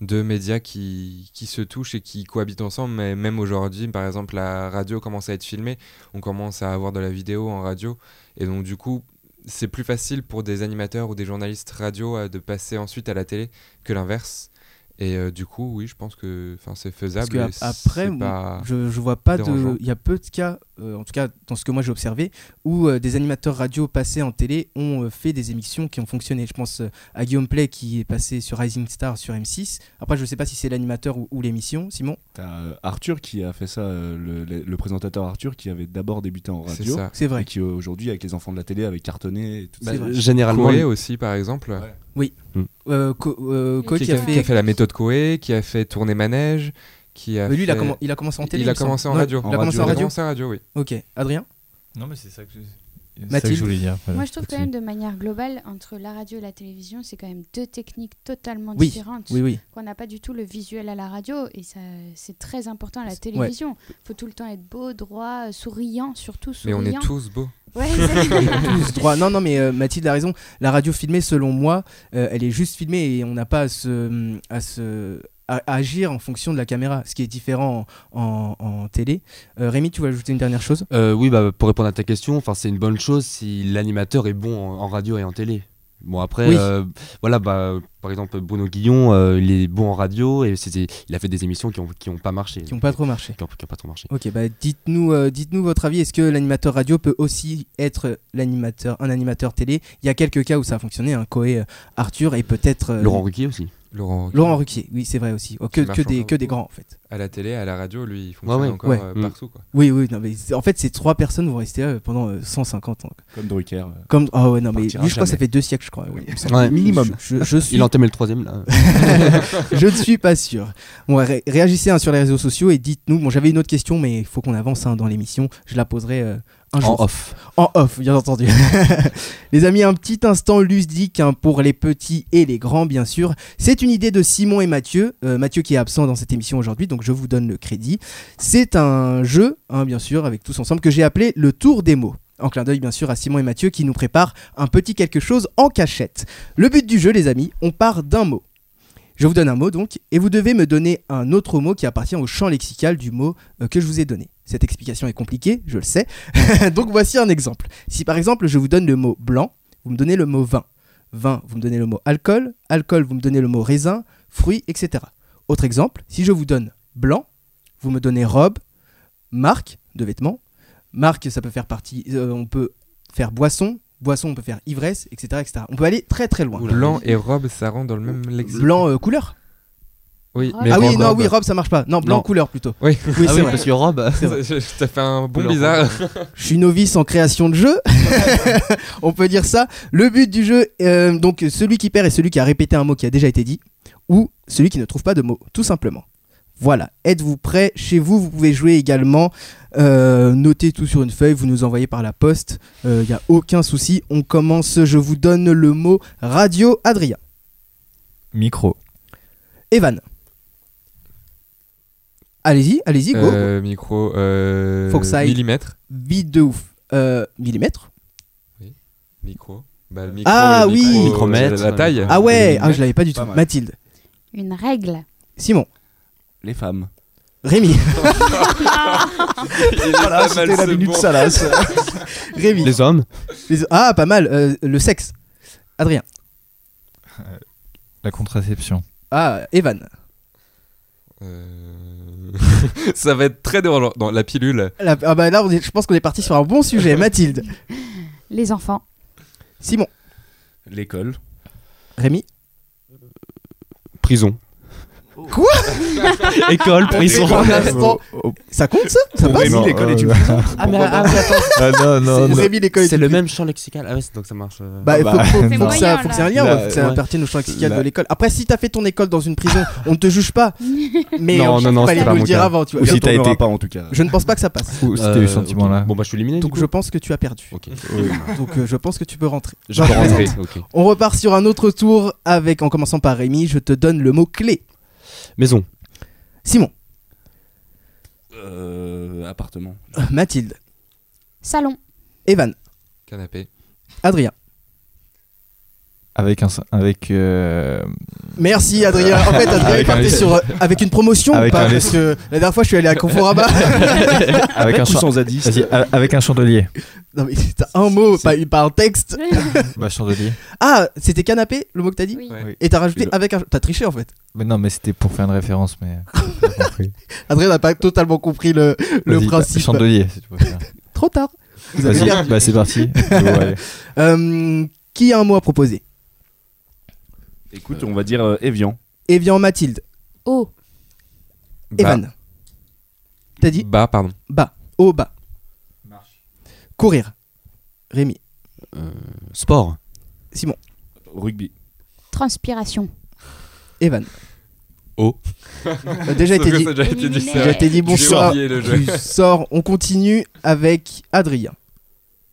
S5: deux médias qui, qui se touchent et qui cohabitent ensemble. Mais même aujourd'hui, par exemple, la radio commence à être filmée. On commence à avoir de la vidéo en radio. Et donc, du coup, c'est plus facile pour des animateurs ou des journalistes radio euh, de passer ensuite à la télé que l'inverse. Et euh, du coup, oui, je pense que enfin, c'est faisable.
S6: Parce que
S5: et
S6: ap- après,
S5: c'est
S6: moi,
S5: pas
S6: je, je vois pas
S5: dérangeant.
S6: de. Il y a peu de cas, euh, en tout cas dans ce que moi j'ai observé, où euh, des animateurs radio passés en télé ont euh, fait des émissions qui ont fonctionné. Je pense euh, à Guillaume Play qui est passé sur Rising Star sur M6. Après, je sais pas si c'est l'animateur ou, ou l'émission, Simon.
S11: T'as euh, Arthur qui a fait ça, euh, le, le- le présentateur Arthur qui avait d'abord débuté en
S5: C'est
S11: radio.
S5: ça.
S6: C'est vrai.
S11: Et qui euh, aujourd'hui, avec les enfants de la télé, avait cartonné. Et tout
S6: Bah,
S11: ça.
S6: vrai.
S2: Généralement,
S5: Koé
S2: les-
S5: aussi, par exemple.
S6: Oui.
S2: Hmm.
S6: Euh, Co- euh, Coe
S5: qui, a fait... qui a fait la méthode Coé, qui a fait tourner manège, qui a
S6: Mais lui, il a,
S5: fait-
S6: commen- il a commencé en télé.
S5: Il a
S6: me semble.
S5: commencé en
S6: Non,
S5: radio.
S6: Il a commencé
S5: Il
S6: en
S5: a
S6: radio.
S5: commencé en radio, oui.
S6: Ok, Adrien.
S4: Non, mais c'est ça que je, c'est ça que
S6: Mathilde.
S4: je voulais dire. voilà.
S3: Moi, je trouve quand
S4: Continue.
S3: même de manière globale, entre la radio et la télévision, c'est quand même deux techniques totalement
S6: Oui.
S3: différentes.
S6: Oui, oui.
S3: Qu'on n'a pas du tout le visuel à la radio et ça, c'est très important à la télévision. faut tout le temps être beau, droit, euh, souriant, surtout
S5: Mais
S3: souriant.
S5: on est tous beaux.
S3: Ouais, c'est-
S6: tous droits. Non, non, mais euh, Mathilde a raison. La radio filmée, selon moi, euh, elle est juste filmée et on n'a pas à se, à se à- à agir en fonction de la caméra, ce qui est différent en, en- en télé. Euh, Rémi, tu veux ajouter une dernière chose
S2: Euh, oui, bah, pour répondre à ta question, enfin, c'est une bonne chose si l'animateur est bon en, en radio et en télé. Bon après,
S6: Oui.
S2: euh, voilà, bah, par exemple Bruno Guillon, euh, il est bon en radio et c'était, il a fait des émissions qui ont, qui ont pas marché,
S6: qui n'ont pas trop marché.
S2: qui ont, qui ont pas trop marché.
S6: Ok, bah dites-nous, euh, dites-nous votre avis. Est-ce que l'animateur radio peut aussi être l'animateur, un animateur télé Il y a quelques cas où ça a fonctionné, hein, Coé, euh, Arthur et peut-être euh,
S2: Laurent Ruquier aussi.
S5: Laurent, Ruquier.
S6: Laurent Ruquier. Oui, c'est vrai aussi. Oh, que,
S5: Qui marche
S6: que des
S5: encore
S6: que des
S5: beaucoup.
S6: grands en fait.
S5: à la télé, à la radio, lui, il fonctionne
S2: ouais.
S5: encore
S6: Ouais.
S5: euh,
S2: Mm.
S5: partout. Quoi.
S6: Oui, oui, non, mais c'est- en fait, ces trois personnes vont rester là pendant euh, 150 ans.
S11: Comme Drucker. euh.
S6: Comme, ah ouais, non, mais lui, je
S11: Partira
S6: crois que ça
S11: jamais.
S6: fait deux siècles, je crois.
S11: Oui.
S6: il me semble.
S2: Ouais, minimum.
S6: Je, je- je suis,
S2: Il entamait le troisième là.
S6: je ne suis pas sûr. Bon, ré- réagissez hein, sur les réseaux sociaux et dites-nous. Bon, j'avais une autre question, mais il faut qu'on avance hein, dans l'émission. Je la poserai euh, un jour.
S2: en off.
S6: En off, bien entendu. les amis, un petit instant ludique hein, pour les petits et les grands, bien sûr. C'est une idée de Simon et Mathieu. Euh, Mathieu qui est absent dans cette émission aujourd'hui, donc je vous donne le crédit. C'est un jeu, hein, bien sûr, avec tous ensemble, que j'ai appelé le tour des mots. En clin d'œil, bien sûr, à Simon et Mathieu qui nous préparent un petit quelque chose en cachette. Le but du jeu, les amis, on part d'un mot. Je vous donne un mot donc, et vous devez me donner un autre mot qui appartient au champ lexical du mot euh, que je vous ai donné. Cette explication est compliquée, je le sais. Donc voici un exemple. Si par exemple je vous donne le mot blanc, vous me donnez le mot vin. Vin, vous me donnez le mot alcool. Alcool, vous me donnez le mot raisin, fruit, etc. Autre exemple, si je vous donne blanc, vous me donnez robe, marque de vêtements. Marque, ça peut faire partie. euh, on peut faire boisson. Boisson, on peut faire ivresse, etc., etc. On peut aller très très loin.
S5: Blanc et robe, ça rentre dans le même lexique.
S6: Blanc euh, couleur
S5: Oui,
S3: Ah
S5: mais
S6: Ah oui,
S5: robe-
S6: non, oui, robe, ça marche pas. Non, blanc
S2: Non.
S6: couleur plutôt.
S5: Oui.
S6: oui c'est vrai.
S2: que Rob.
S5: Je- je t'ai fait un bon
S2: Blanc.
S5: bizarre.
S6: Je suis novice en création de jeu, on peut dire ça. Le but du jeu, euh, donc celui qui perd est celui qui a répété un mot qui a déjà été dit, ou celui qui ne trouve pas de mot, tout simplement. Voilà, êtes-vous prêts Chez vous, vous pouvez jouer également. Euh, notez tout sur une feuille, vous nous envoyez par la poste, il n'y a aucun souci. On commence, je vous donne le mot radio Adrien.
S4: Micro.
S6: Evan. Allez-y, allez-y, go.
S5: Euh, micro, euh,
S6: Faut que ça aille.
S5: millimètre.
S6: Vite de ouf. Euh, millimètre
S5: Micro. Bah, le micro
S6: Ah
S5: le
S6: oui.
S5: micro,
S2: Micromètre.
S5: La taille.
S6: Ah ouais, ah, je
S11: millimètres,
S6: l'avais pas du
S11: pas
S6: tout.
S11: mal.
S6: Mathilde.
S3: Une règle.
S6: Simon.
S11: Les femmes.
S6: Rémi.
S11: Voilà,
S5: pas mal,
S11: c'était la
S5: ce
S11: minute
S5: bon.
S11: salace.
S6: Rémi.
S2: Les hommes.
S6: Les- Ah, pas mal. euh, le sexe. Adrien.
S4: La contraception.
S6: Ah, Evan.
S5: Euh, ça va être très dérangeant. Dans la pilule.
S6: La- ah bah là, on est- je pense qu'on est parti sur un bon sujet. Mathilde.
S3: Les enfants.
S6: Simon.
S11: L'école.
S6: Rémi.
S2: Prison.
S6: Quoi Ah,
S2: École,
S6: Et
S2: prison.
S6: pour l'instant, Ça compte ça Ça passe
S4: Rémi, l'école est une
S11: Euh,
S4: prison.
S2: Ah, mais ah, mais attends,
S4: Ah non, non, non.
S6: Rémi, l'école est
S2: c'est le
S6: publique.
S2: même champ lexical. Ah ouais, c'est- donc ça marche. euh.
S6: Bah, il faut,
S4: Bah,
S6: faut- faut
S3: C'est
S6: que
S3: moyen,
S6: ça,
S3: là.
S6: faut que ça ait un lien,
S4: Là,
S6: ouais, faut que ça
S2: ouais.
S6: appartienne au champ lexical
S4: Là.
S6: de l'école. Après, si t'as fait ton école dans une prison, on ne te juge pas. Mais
S2: Non,
S6: euh,
S2: non, non,
S6: fallait
S2: c'est pas
S6: nous le
S2: mon
S6: dire
S2: cas.
S6: avant, tu vois.
S4: Ou si t'as
S1: tournera
S4: été.
S1: pas en tout cas.
S6: Je ne pense pas que ça passe.
S4: Ou si t'as eu
S2: Euh,
S4: ce sentiment-là.
S2: ok. Bon, bah, je suis éliminé. du
S6: Donc
S2: coup.
S6: je pense que tu as perdu.
S2: Ok.
S6: Donc euh, je pense que tu peux rentrer.
S2: Je
S6: Non,
S2: peux
S6: je
S2: rentrer.
S6: plaisante.
S2: Ok.
S6: On repart sur un autre tour avec, en commençant par Rémi, je te donne le mot clé.
S2: Maison.
S6: Simon,
S1: Euh, appartement.
S6: Mathilde,
S3: Salon.
S6: Evan,
S5: Canapé.
S6: Adrien.
S4: Avec un. Avec. euh,
S6: Merci Adrien. En fait, Adrien est
S4: Avec un
S6: parti
S4: laisse-
S6: sur euh, avec une promotion ou
S4: Avec
S6: pas
S4: un
S6: parce
S4: laisse-
S6: que la dernière fois je suis allé à Conforama.
S4: Avec un
S1: Tout
S4: cha-
S1: sans indice.
S4: Vas-y, euh, a- avec un chandelier.
S6: non mais t'as un mot, pas, pas un texte.
S4: Bah, chandelier.
S6: Ah, c'était canapé, le mot que t'as dit.
S3: Oui.
S5: Ouais.
S6: Et t'as rajouté
S4: Et le-
S6: avec un. T'as triché en fait.
S4: Mais non, mais c'était pour faire une référence, mais. j'ai pas compris.
S6: Adrien n'a pas totalement compris le, le
S4: Vas-y, bah,
S6: principe.
S4: Chandelier, si tu préfères.
S6: Trop tard. Vous avez bien.
S4: Vas-y, bah, c'est parti. Ouais.
S6: Euh, qui a un mot à proposer
S1: Écoute, on va dire euh, Evian.
S6: Evian Mathilde.
S3: Oh.
S4: Bah.
S6: Evan. T'as dit
S5: Bah, pardon.
S6: bas. Au bas. Courir. Rémi.
S2: Euh, sport.
S6: Simon.
S1: Rugby.
S3: Transpiration.
S6: Evan.
S4: Oh.
S5: Eau.
S6: Euh, déjà été
S5: Sauf que
S6: dit.
S5: ça a déjà été dit,
S3: Éliminé.
S5: c'est
S6: Déjà
S5: vrai.
S6: été dit
S5: J'ai
S2: Ah.
S6: bonsoir.
S5: oublié le jeu.
S6: Tu sors. On continue avec Adrien.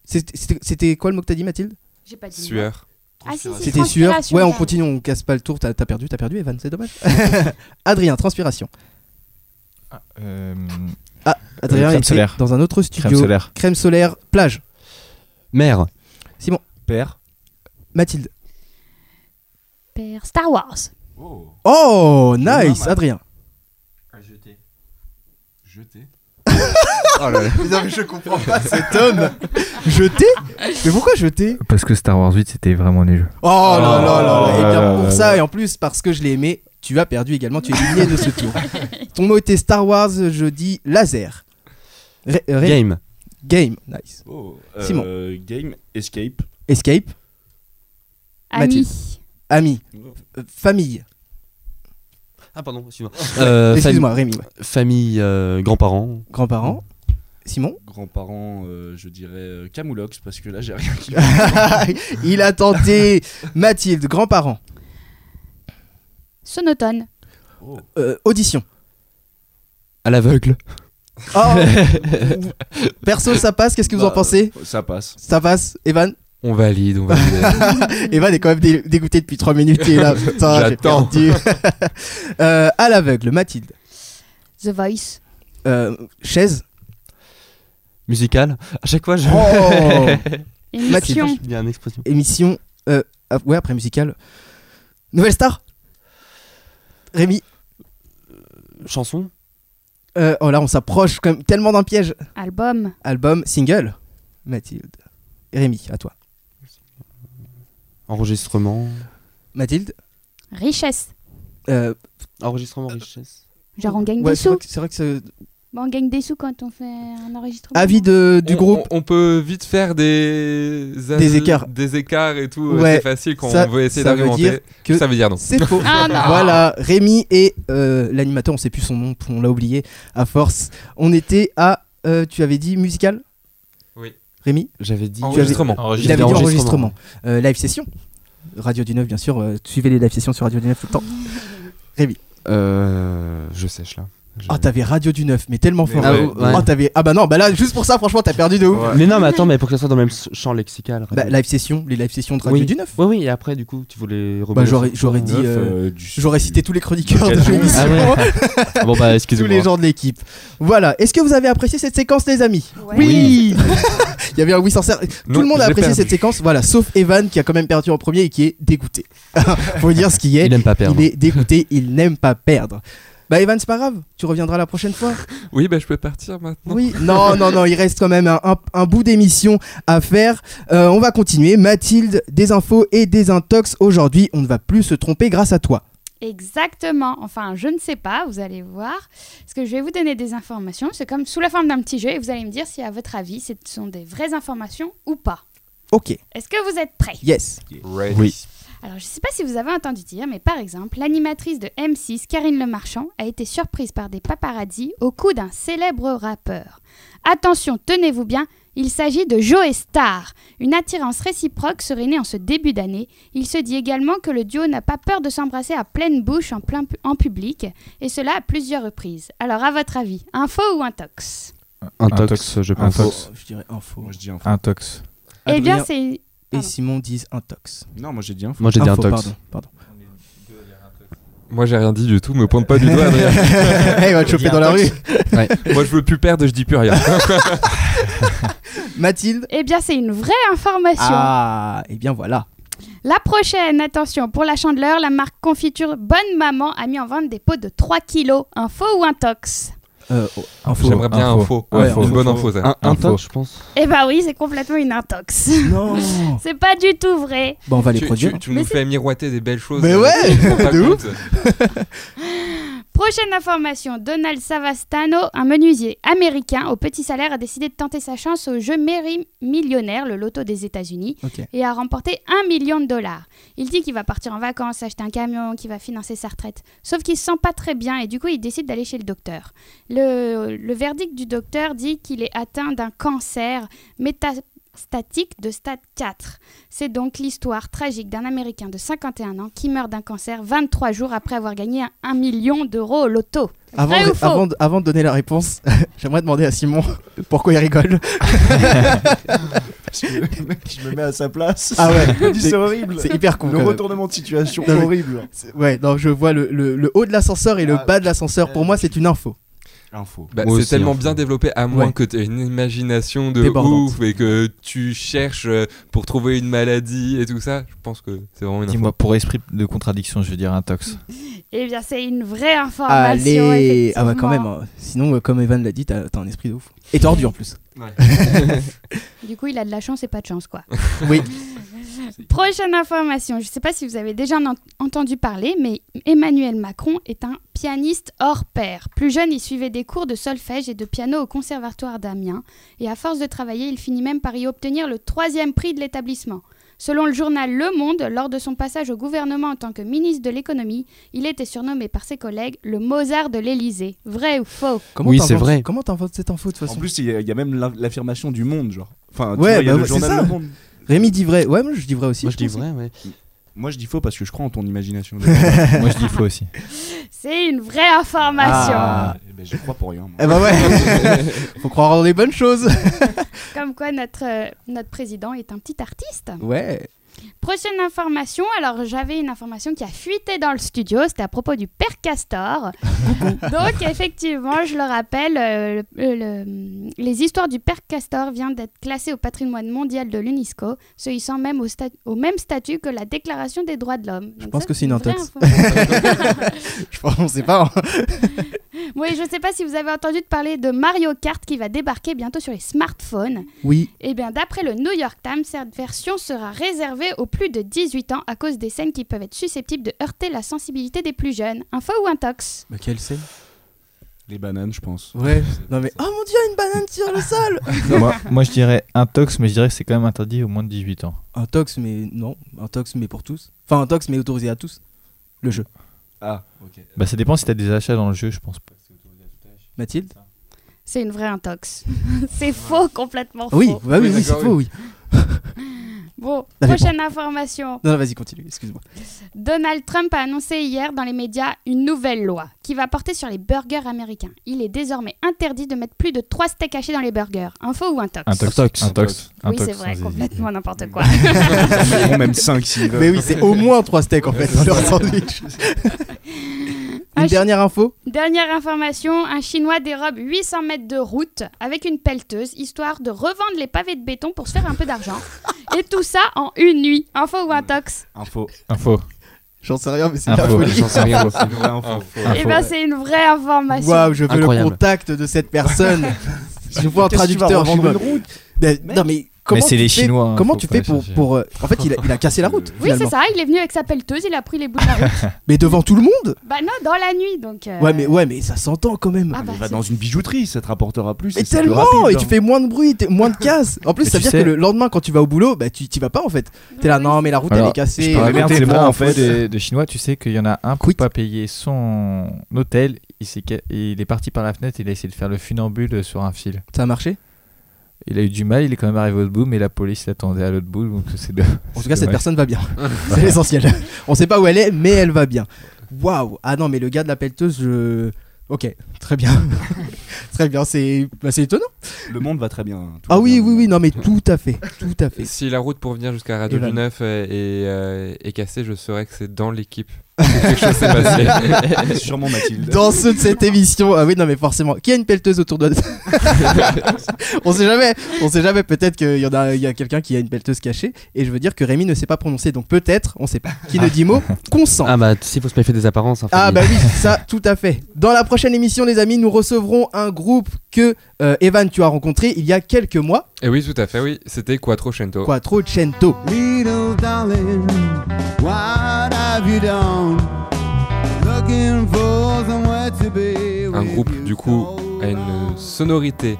S6: C'était- C'était c'était quoi le mot que t'as dit Mathilde
S3: J'ai pas dit.
S5: Sueur.
S3: Ah si, si,
S6: C'était sûr.
S3: transpiration,
S6: Ouais, on
S3: pardon.
S6: continue, on casse pas le tour. T'as t'as perdu, t'as perdu, Evan, c'est dommage. Adrien, transpiration.
S4: Euh,
S6: Adrien
S4: crème
S6: était
S4: solaire.
S6: dans un autre studio.
S4: crème solaire.
S6: Crème solaire, plage.
S2: Mère.
S4: Père.
S6: Mathilde.
S3: Père Star Wars.
S6: Oh,
S1: mal,
S6: nice,
S1: mal.
S6: Adrien.
S1: Jeté.
S6: je comprends pas cet homme. Jeté Mais pourquoi jeté
S4: Parce que Star Wars 8, c'était vraiment nul.
S6: Oh là là
S4: Oh
S6: là là. Et
S4: là
S6: bien
S4: là
S6: pour
S4: là
S6: ça,
S4: là.
S6: et en plus parce que je l'ai aimé, tu as perdu également, tu es éliminé de ce tour. Ton mot était Star Wars, je dis laser. Ré- euh, Ré-
S2: Game.
S6: Game, nice.
S11: Oh, euh,
S6: Simon.
S1: Simon. Game, escape.
S6: Escape, Mathilde.
S3: Ami.
S6: ami, Euh, famille.
S2: Ah, pardon, excuse-moi. Euh,
S6: Excuse-moi, Rémi, ouais.
S2: fam- Famille, euh, grands-parents.
S6: Grands-parents. Simon.
S1: Grands-parents, euh, je dirais euh, Camoulox, parce que là j'ai rien qui.
S6: Il a tenté. Mathilde, grands-parents.
S3: Sonotone.
S6: Euh, audition.
S2: À l'aveugle.
S6: Oh. Perso, ça passe, qu'est-ce que vous en
S1: Bah,
S6: pensez
S11: Euh,
S1: Ça passe.
S6: Ça passe, Evan
S2: On valide, on valide.
S6: Evan est quand même dé- dégoûté depuis 3 minutes. Il est là, putain, j'ai
S5: J'attends.
S6: perdu. Euh, à l'aveugle, Mathilde.
S3: The Voice.
S6: Euh, chaise.
S2: Musical. À chaque fois, je.
S6: Oh.
S2: C'est
S3: Émission.
S2: pas- il y a un expression.
S6: Émission. euh, ah, ouais, après musical. Nouvelle star Rémi.
S2: Chanson.
S6: Euh, oh là, on s'approche quand même tellement d'un piège.
S3: Album.
S6: Album, single. Mathilde. Rémi, à toi.
S2: Enregistrement.
S6: Mathilde.
S3: Richesse.
S6: euh,
S2: Enregistrement, richesse.
S3: Genre on gagne
S6: ouais,
S3: des
S6: c'est
S3: sous.
S6: vrai que- c'est vrai que c'est.
S3: Bah, on gagne des sous quand on fait un enregistrement.
S6: Avis de, du
S5: On-
S6: groupe.
S5: On, on peut vite faire des...
S6: Des écarts.
S5: Des écarts et tout.
S6: Ouais,
S5: c'est facile quand
S6: ça-
S5: on veut essayer
S6: ça veut dire
S5: d'argumenter.
S6: que-
S5: Ça veut dire non.
S6: C'est faux.
S3: Ah non.
S6: voilà, Rémi et euh, l'animateur, on sait plus son nom, on l'a oublié à force. On était à, euh, tu avais dit musical
S5: Oui.
S6: Rémi
S2: J'avais dit.
S5: Enregistrement.
S6: Il avait dit enregistrement. Euh, live session. Radio du 9, bien sûr. euh, suivez les live sessions sur Radio du 9 tout le temps.
S2: Euh, je sèche là. Je-
S6: Oh, t'avais Radio du 9, mais tellement fort.
S2: Ah,
S5: ouais.
S2: ouais.
S6: Oh, t'avais. Ah bah non, bah là, juste pour ça, franchement, t'as perdu de ouf.
S2: Mais non, mais attends, mais pour que ça soit dans le même s- champ lexical.
S6: Bah, live session, les live sessions de Radio
S2: Oui.
S6: du 9.
S2: Oui, oui, et après, du coup, tu voulais rebondir
S6: Bah, j'aurais
S2: sur-
S6: j'aurais dit.
S1: Neuf,
S6: euh,
S1: euh, du-
S6: J'aurais cité tous les chroniqueurs de
S1: Ah ouais.
S6: l'émission.
S2: Ah ouais. bon, bah,
S6: Tous
S2: excusez-moi.
S6: les gens de l'équipe. Voilà. Est-ce que vous avez apprécié cette séquence, les amis
S3: Ouais.
S6: Oui Il y avait un oui sincère. Tout
S5: Non,
S6: le monde a
S5: j'ai
S6: apprécié
S5: perdu.
S6: cette séquence, voilà, sauf Evan qui a quand même perdu en premier et qui est dégoûté. Faut dire ce qui est.
S2: Il aime pas perdre.
S6: Il est dégoûté, il n'aime pas perdre. Bah Evan, c'est pas grave, tu reviendras la prochaine fois.
S5: Oui, bah, je peux partir maintenant.
S6: Oui, non, non, non, il reste quand même un, un- un bout d'émission à faire. Euh, on va continuer. Mathilde, des infos et des intox. Aujourd'hui, on ne va plus se tromper grâce à toi.
S3: Exactement. Enfin, je ne sais pas, vous allez voir. Parce que je vais vous donner des informations. C'est comme sous la forme d'un petit jeu et vous allez me dire si, à votre avis, ce sont des vraies informations ou pas.
S6: Ok,
S3: Est-ce que vous êtes prêts
S6: yes.
S5: Ready.
S2: Oui.
S3: Alors, je ne sais pas si vous avez entendu dire, mais par exemple, l'animatrice de M6, Karine Le Marchand, a été surprise par des paparazzis au cou d'un célèbre rappeur. Attention, tenez-vous bien, il s'agit de Joe Star. Une attirance réciproque serait née en ce début d'année. Il se dit également que le duo n'a pas peur de s'embrasser à pleine bouche en, plein pu- en public, et cela à plusieurs reprises. Alors, à votre avis, un faux ou un tox
S2: Un
S4: Un
S2: tox,
S4: tox,
S2: je
S4: un
S2: pense.
S4: tox.
S6: Oh, je dirais info.
S1: Moi, je dis un faux.
S4: Un tox.
S3: Eh bien,
S6: Adrien
S3: c'est
S6: Et
S3: pardon.
S6: Simon disent intox.
S1: Non, moi j'ai dit un faux.
S2: Moi j'ai dit un
S6: Info,
S2: tox.
S6: Pardon. pardon.
S5: Moi, j'ai rien dit du tout, me pointe pas du doigt. Adrien.
S6: il va te choper dans la rue.
S5: Moi, je veux plus perdre, je dis plus rien.
S6: Mathilde.
S3: Eh bien, c'est une vraie information.
S6: Ah, et bien voilà.
S3: La prochaine, attention, pour la chandeleur, la marque confiture Bonne Maman a mis en vente des pots de 3 kilos. Un faux ou un tox
S6: Euh, oh, info.
S5: J'aimerais bien un faux.
S6: Ouais,
S5: Ouais,
S6: un
S5: Une
S6: faux,
S5: bonne
S6: faux.
S5: info, ça.
S2: Un, un
S4: Info.
S2: tox, je pense.
S3: Eh bah oui, c'est complètement une intox.
S6: Ah, Non.
S3: c'est pas du tout vrai.
S6: Bon, on va les
S5: tu,
S6: produire.
S5: tu- tu
S3: Mais
S5: nous
S3: c'est-
S5: fais miroiter des belles choses.
S6: Mais
S5: euh,
S6: ouais,
S5: tu te rends pas
S6: de
S5: compte.
S3: Prochaine information, Donald Savastano, un menuisier américain au petit salaire, a décidé de tenter sa chance au jeu Mairie Millionnaire, le loto des États-Unis,
S6: Ok.
S3: et a remporté 1 million de dollars. Il dit qu'il va partir en vacances, acheter un camion, qu'il va financer sa retraite. Sauf qu'il se sent pas très bien et du coup il décide d'aller chez le docteur. Le, le verdict du docteur dit qu'il est atteint d'un cancer métastatique de stade 4. C'est donc l'histoire tragique d'un Américain de 51 ans qui meurt d'un cancer 23 jours après avoir gagné un- un million d'euros au loto.
S6: Avant,
S3: Vrai Ah, ou
S6: de-
S3: faux
S6: avant de- avant de donner la réponse, j'aimerais demander à Simon pourquoi il rigole.
S11: je me mets à sa place.
S6: Ah ouais,
S11: C'est
S6: c'est-
S11: horrible.
S6: c'est hyper con.
S11: Le
S6: quand même.
S11: retournement de situation
S6: Non, mais-
S11: horrible.
S6: C'est- Ouais, non, je vois le, le- le haut de l'ascenseur et le
S11: Ah,
S6: bas de l'ascenseur. Pour moi, c'est une info.
S11: Info.
S5: Bah,
S2: Moi
S5: c'est
S2: aussi,
S5: tellement
S2: hein.
S5: bien développé, à moins
S6: Ouais.
S5: que tu aies une imagination de
S6: Débordante.
S5: ouf et que tu cherches euh, pour trouver une maladie et tout ça. Je pense que c'est vraiment une info.
S4: Dis-moi, pour esprit de contradiction, je veux dire un tox.
S3: Eh bien, c'est une vraie information.
S6: Allez, ah bah quand
S3: effectivement.
S6: même. hein. Sinon, euh, comme Evan l'a dit, t'as t'as un esprit de ouf. Et tordu en plus.
S3: Du coup, il a de la chance et pas de chance, quoi.
S6: Oui.
S3: Prochaine information. Je ne sais pas si vous avez déjà en- entendu parler, mais Emmanuel Macron est un pianiste hors pair. Plus jeune, il suivait des cours de solfège et de piano au conservatoire d'Amiens. Et à force de travailler, il finit même par y obtenir le troisième prix de l'établissement. Selon le journal Le Monde, lors de son passage au gouvernement en tant que ministre de l'économie, il était surnommé par ses collègues le Mozart de l'Élysée. Vrai ou faux
S2: Oui,
S6: t'inventes-
S2: c'est vrai.
S6: Comment t'inventes cette info de toute
S11: En
S6: façon
S11: plus, il y, a- il y a même l'in- l'affirmation du monde, genre. Enfin, tu
S6: Ouais,
S11: vois, il y a le
S6: bah ouais, c'est
S11: journal
S6: ça.
S11: Le Monde.
S6: Rémi dit vrai. Ouais, moi je dis vrai aussi.
S2: Moi je dis
S6: pense.
S2: vrai, ouais.
S11: Moi, je dis faux parce que je crois en ton imagination.
S4: Moi, je dis faux aussi.
S3: C'est une vraie information.
S11: Ah, eh ben, je crois pour rien. moi.
S6: Eh bah ouais. Faut croire en les bonnes choses.
S3: Comme quoi notre, euh, notre président est un petit artiste.
S6: Ouais.
S3: Prochaine information, alors j'avais une information qui a fuité dans le studio, c'était à propos du père Castor. Donc effectivement, je le rappelle, euh, le- euh, le- les histoires du père Castor viennent d'être classées au patrimoine mondial de l'UNESCO, se hissant même au, sta- au même statut que la Déclaration des droits de l'homme. Je
S6: pense que c'est une intox. Je pense, on sait pas. hein.
S3: oui, je ne sais pas si vous avez entendu de parler de Mario Kart qui va débarquer bientôt sur les smartphones.
S6: Oui.
S3: Eh bien, d'après le New York Times, cette version sera réservée aux plus de 18 ans à cause des scènes qui peuvent être susceptibles de heurter la sensibilité des plus jeunes. Info ou un tox
S6: Bah quelle scène
S11: Les bananes, je pense.
S6: Ouais. Non mais oh mon dieu, une banane sur le sol.
S4: moi, moi, je dirais un tox, mais je dirais que c'est quand même interdit au moins de 18 ans.
S6: Un tox mais non, un tox mais pour tous. Enfin un tox mais autorisé à tous. Le jeu.
S11: Ah, ok.
S4: Bah, ça dépend si t'as des achats dans le jeu, je pense pas.
S6: Mathilde
S3: C'est une vraie intox. c'est faux, complètement faux.
S6: Oui, bah oui,
S5: Oui,
S6: oui, c'est
S5: d'accord,
S6: faux, oui.
S3: Bon,
S6: Ça dépend.
S3: prochaine information.
S6: Non, non, vas-y, continue, excuse-moi.
S3: Donald Trump a annoncé hier dans les médias une nouvelle loi qui va porter sur les burgers américains. Il est désormais interdit de mettre plus de 3 steaks hachés dans les burgers. Info ou un tox
S4: Un tox.
S2: Un tox.
S4: Un tox. un
S3: Oui,
S4: tox,
S3: c'est vrai,
S4: vas-y.
S3: complètement n'importe quoi.
S11: Environ même 5 s'ils
S1: Euh.
S11: veulent.
S6: Mais oui, c'est au moins trois steaks en fait dans leur sandwich.
S3: Ah,
S6: Une
S3: je-
S6: dernière info
S3: Dernière information, un Chinois dérobe 800 mètres de route avec une pelleteuse, histoire de revendre les pavés de béton pour se faire un peu d'argent. Et tout ça en une nuit. Info ou un tox
S11: Info.
S4: Info.
S6: J'en sais rien, mais c'est
S4: Info.
S6: la folie.
S5: J'en sais rien.
S11: C'est une vraie info.
S3: Eh ben c'est une vraie information.
S6: Waouh, je veux
S2: Incroyable.
S6: le contact de cette personne. je vois un
S11: Qu'est-ce que tu vas
S6: traducteur. je
S11: revendre
S6: suis
S11: une
S6: mort. Mais- Non mais comment
S4: c'est
S6: tu
S4: les
S6: fais-
S4: Chinois, hein,
S6: Comment
S4: faut
S6: tu
S4: pas
S6: fais
S4: les
S6: pour.
S4: chercher.
S6: pour, euh, En fait, il a, il a cassé la route.
S3: Oui, c'est
S6: finalement.
S3: ça, il est venu avec sa pelleteuse, il a pris les bouts de la route.
S6: Mais devant tout le monde
S3: bah non, dans la nuit, donc. euh,
S6: Ouais, mais, ouais, mais ça s'entend quand même.
S3: Ah bah,
S1: Il va
S3: c'est-
S1: dans une bijouterie, ça te rapportera plus.
S6: Mais
S1: et c'est plus
S6: tellement
S1: rapide,
S6: Et tu
S1: hein.
S6: fais moins de bruit, t'es- moins de casse. En plus,
S4: Mais
S6: ça veut
S4: tu
S6: dire
S4: sais-
S6: que le lendemain, quand tu vas au boulot, bah tu t'y vas pas en fait. T'es là, non, mais la route elle est
S4: Alors,
S6: cassée.
S4: Je peux
S1: Ah,
S4: raconter
S1: merde,
S4: une
S1: c'est
S4: vraie
S1: moi, en
S4: info
S1: fait.
S4: de, de Chinois, tu sais qu'il y en a un qui
S6: Quick.
S4: pas payé son hôtel, il, s'est ca- il est parti par la fenêtre, il a essayé de faire le funambule sur un fil.
S6: Ça a marché
S4: Il a eu du mal, il est quand même arrivé au bout, mais la police l'attendait à l'autre bout, donc c'est de...
S6: En
S4: c'est
S6: tout cas, cette
S4: dommage.
S6: personne va bien. C'est l'essentiel. On sait pas où elle est, mais elle va bien. Waouh Ah non, mais le gars de la pelleteuse, je. Ok, très bien. très bien, c'est bah, c'est étonnant.
S1: Le monde va très bien. hein, tout
S6: Ah
S1: va
S6: oui,
S1: bien,
S6: oui,
S1: le
S6: oui,
S1: monde.
S6: non, mais tout à fait. Tout à fait.
S5: Si la route pour venir jusqu'à Radio
S6: Et là-
S5: du Neuf euh, est, euh, est cassée, je saurais que c'est dans l'équipe. que quelque chose s'est passé.
S1: Ah, Sûrement Mathilde.
S6: Dans ceux de cette émission, ah oui, non, mais forcément, qui a une pelleteuse autour de On sait jamais, on sait jamais, peut-être qu'il y en a, il y a quelqu'un qui a une pelleteuse cachée, et je veux dire que Rémi ne sait pas prononcer, donc peut-être, on sait pas. Qui ne dit mot, consent.
S2: Ah bah, s'il faut se méfier des apparences. hein, faut
S6: Ah
S2: dire.
S6: bah oui, ça tout à fait. Dans la prochaine émission les amis, nous recevrons un groupe que euh, Evan tu as rencontré il y a quelques mois,
S5: Et oui, tout à fait, oui. C'était Quattrocento.
S6: Quattrocento.
S12: Little bah, darling, what have you done? Looking for somewhere to be.
S5: Un groupe, du coup, à une sonorité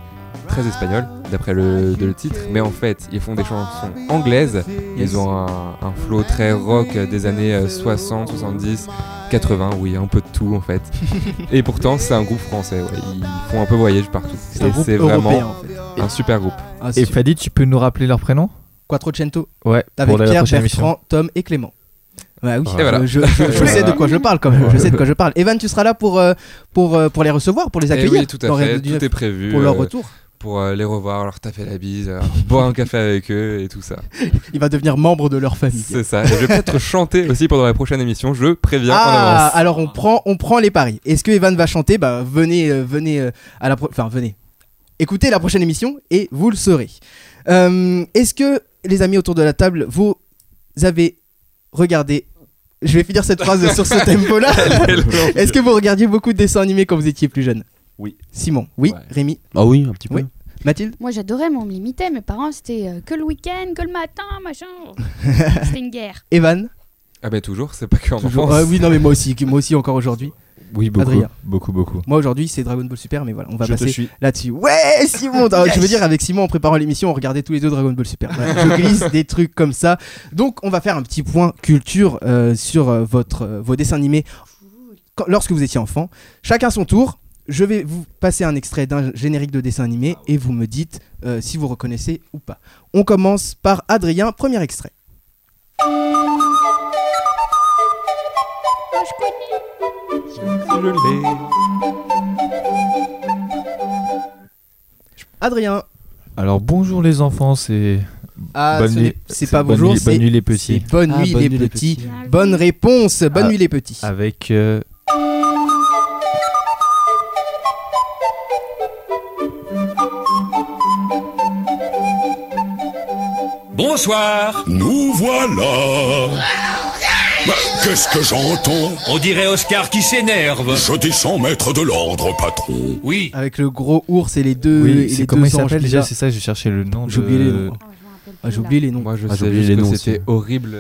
S5: très espagnole, d'après le, de le titre. Mais en fait, ils font des chansons anglaises. Ils ont un, un flow très rock des années euh, 60, 70, 80, oui, un peu de tout en fait. Et pourtant, c'est un groupe français. ouais. Ils font un peu voyage partout.
S6: C'est un
S5: Et
S6: groupe
S5: c'est
S6: européen
S5: vraiment
S6: en fait.
S5: un super groupe.
S6: Ah, c'est
S4: Et
S6: sûr.
S4: Fadi, tu peux nous rappeler leur prénom
S6: Quattrocento
S4: Ouais,
S6: avec
S4: pour la
S6: Pierre,
S4: prochaine
S6: Bertrand,
S4: émission.
S6: Tom et Clément. Bah oui,
S4: Et
S6: je-
S5: voilà.
S6: je, je- je sais de quoi je parle quand même, je sais de quoi je parle. Evan tu seras là pour, euh, pour, euh, pour les recevoir, pour les
S5: Et
S6: accueillir
S5: Eh oui, tout à
S6: dans
S5: fait,
S6: Radio
S5: tout
S6: 19,
S5: est prévu.
S6: pour leur
S5: euh,
S6: retour.
S5: pour euh, les revoir, leur taper la bise, euh, boire un café avec eux et tout ça.
S6: Il va devenir membre de leur famille.
S5: C'est ça. Et je vais peut-être chanter aussi pendant la prochaine émission, je préviens en
S6: Ah,
S5: avance.
S6: alors on prend, on prend les paris. Est-ce que Evan va chanter Bah venez, euh, venez euh, à la, pro- enfin venez. Écoutez la prochaine émission et vous le saurez. Euh, Est-ce que les amis autour de la table, vous avez regardé Je vais finir cette phrase sur ce tempo-là. Est-ce que vous regardiez beaucoup de dessins animés quand vous étiez plus jeune
S1: Oui.
S6: Simon, oui.
S1: Ouais.
S6: Rémi,
S2: Ah oui, un petit peu.
S6: Oui. Mathilde.
S3: Moi j'adorais, mais on me limitait. Mes parents c'était euh, que le week-end, que le matin, machin. c'était une guerre.
S6: Evan
S5: Ah ben toujours, c'est pas que en
S6: Toujours.
S5: France.
S6: Ah oui, non mais moi aussi, moi aussi encore aujourd'hui.
S4: Oui, beaucoup,
S6: Adrien.
S4: beaucoup, beaucoup.
S6: Moi aujourd'hui c'est Dragon Ball Super, mais voilà, on va
S1: Je te
S6: passer
S1: suis.
S6: là-dessus. Ouais, Simon, je veux dire avec Simon en préparant l'émission, on regardait tous les deux Dragon Ball Super. Voilà, je glisse des trucs comme ça. Donc on va faire un petit point culture euh, sur euh, votre euh, vos dessins animés quand- lorsque vous étiez enfant. Chacun son tour. Je vais vous passer un extrait d'un générique de dessin animé et vous me dites euh, si vous reconnaissez ou pas. On commence par Adrien, premier extrait.
S3: Oh, je connais.
S6: Adrien.
S4: Alors bonjour les enfants, c'est...
S6: Ah,
S4: Bonne
S6: ce
S4: nuit.
S6: n'est- c'est pas
S4: bonne
S6: bonjour,
S4: nuit-
S6: c'est
S4: Bonne nuit les
S6: c'est
S4: petits.
S6: Bonne
S2: Ah,
S6: nuit
S2: bonne
S6: les
S2: nuit, les
S6: petits.
S2: petits.
S6: Bonne réponse. Bonne
S4: Ah.
S6: nuit les petits.
S4: Avec... euh,
S12: Bonsoir. Nous voilà. Bah, Qu'est-ce que j'entends
S13: On dirait Oscar qui s'énerve.
S12: Je descends maître de l'ordre, patron.
S13: Oui.
S6: Avec le gros ours et les deux et
S4: Oui,
S6: les
S4: c'est comment
S6: deux
S4: il
S6: anges
S4: s'appelle déjà
S6: bizarres.
S4: C'est ça, je cherchais le nom.
S6: J'ai
S4: de-
S6: oublié les noms.
S3: Oh, je me rappelle plus,
S6: Ah, j'ai oublié
S3: là.
S6: les noms.
S5: Moi je
S2: Ah, j'ai
S5: sais
S2: oublié
S5: juste
S2: les
S5: que
S2: noms
S5: c'était
S2: aussi.
S5: horrible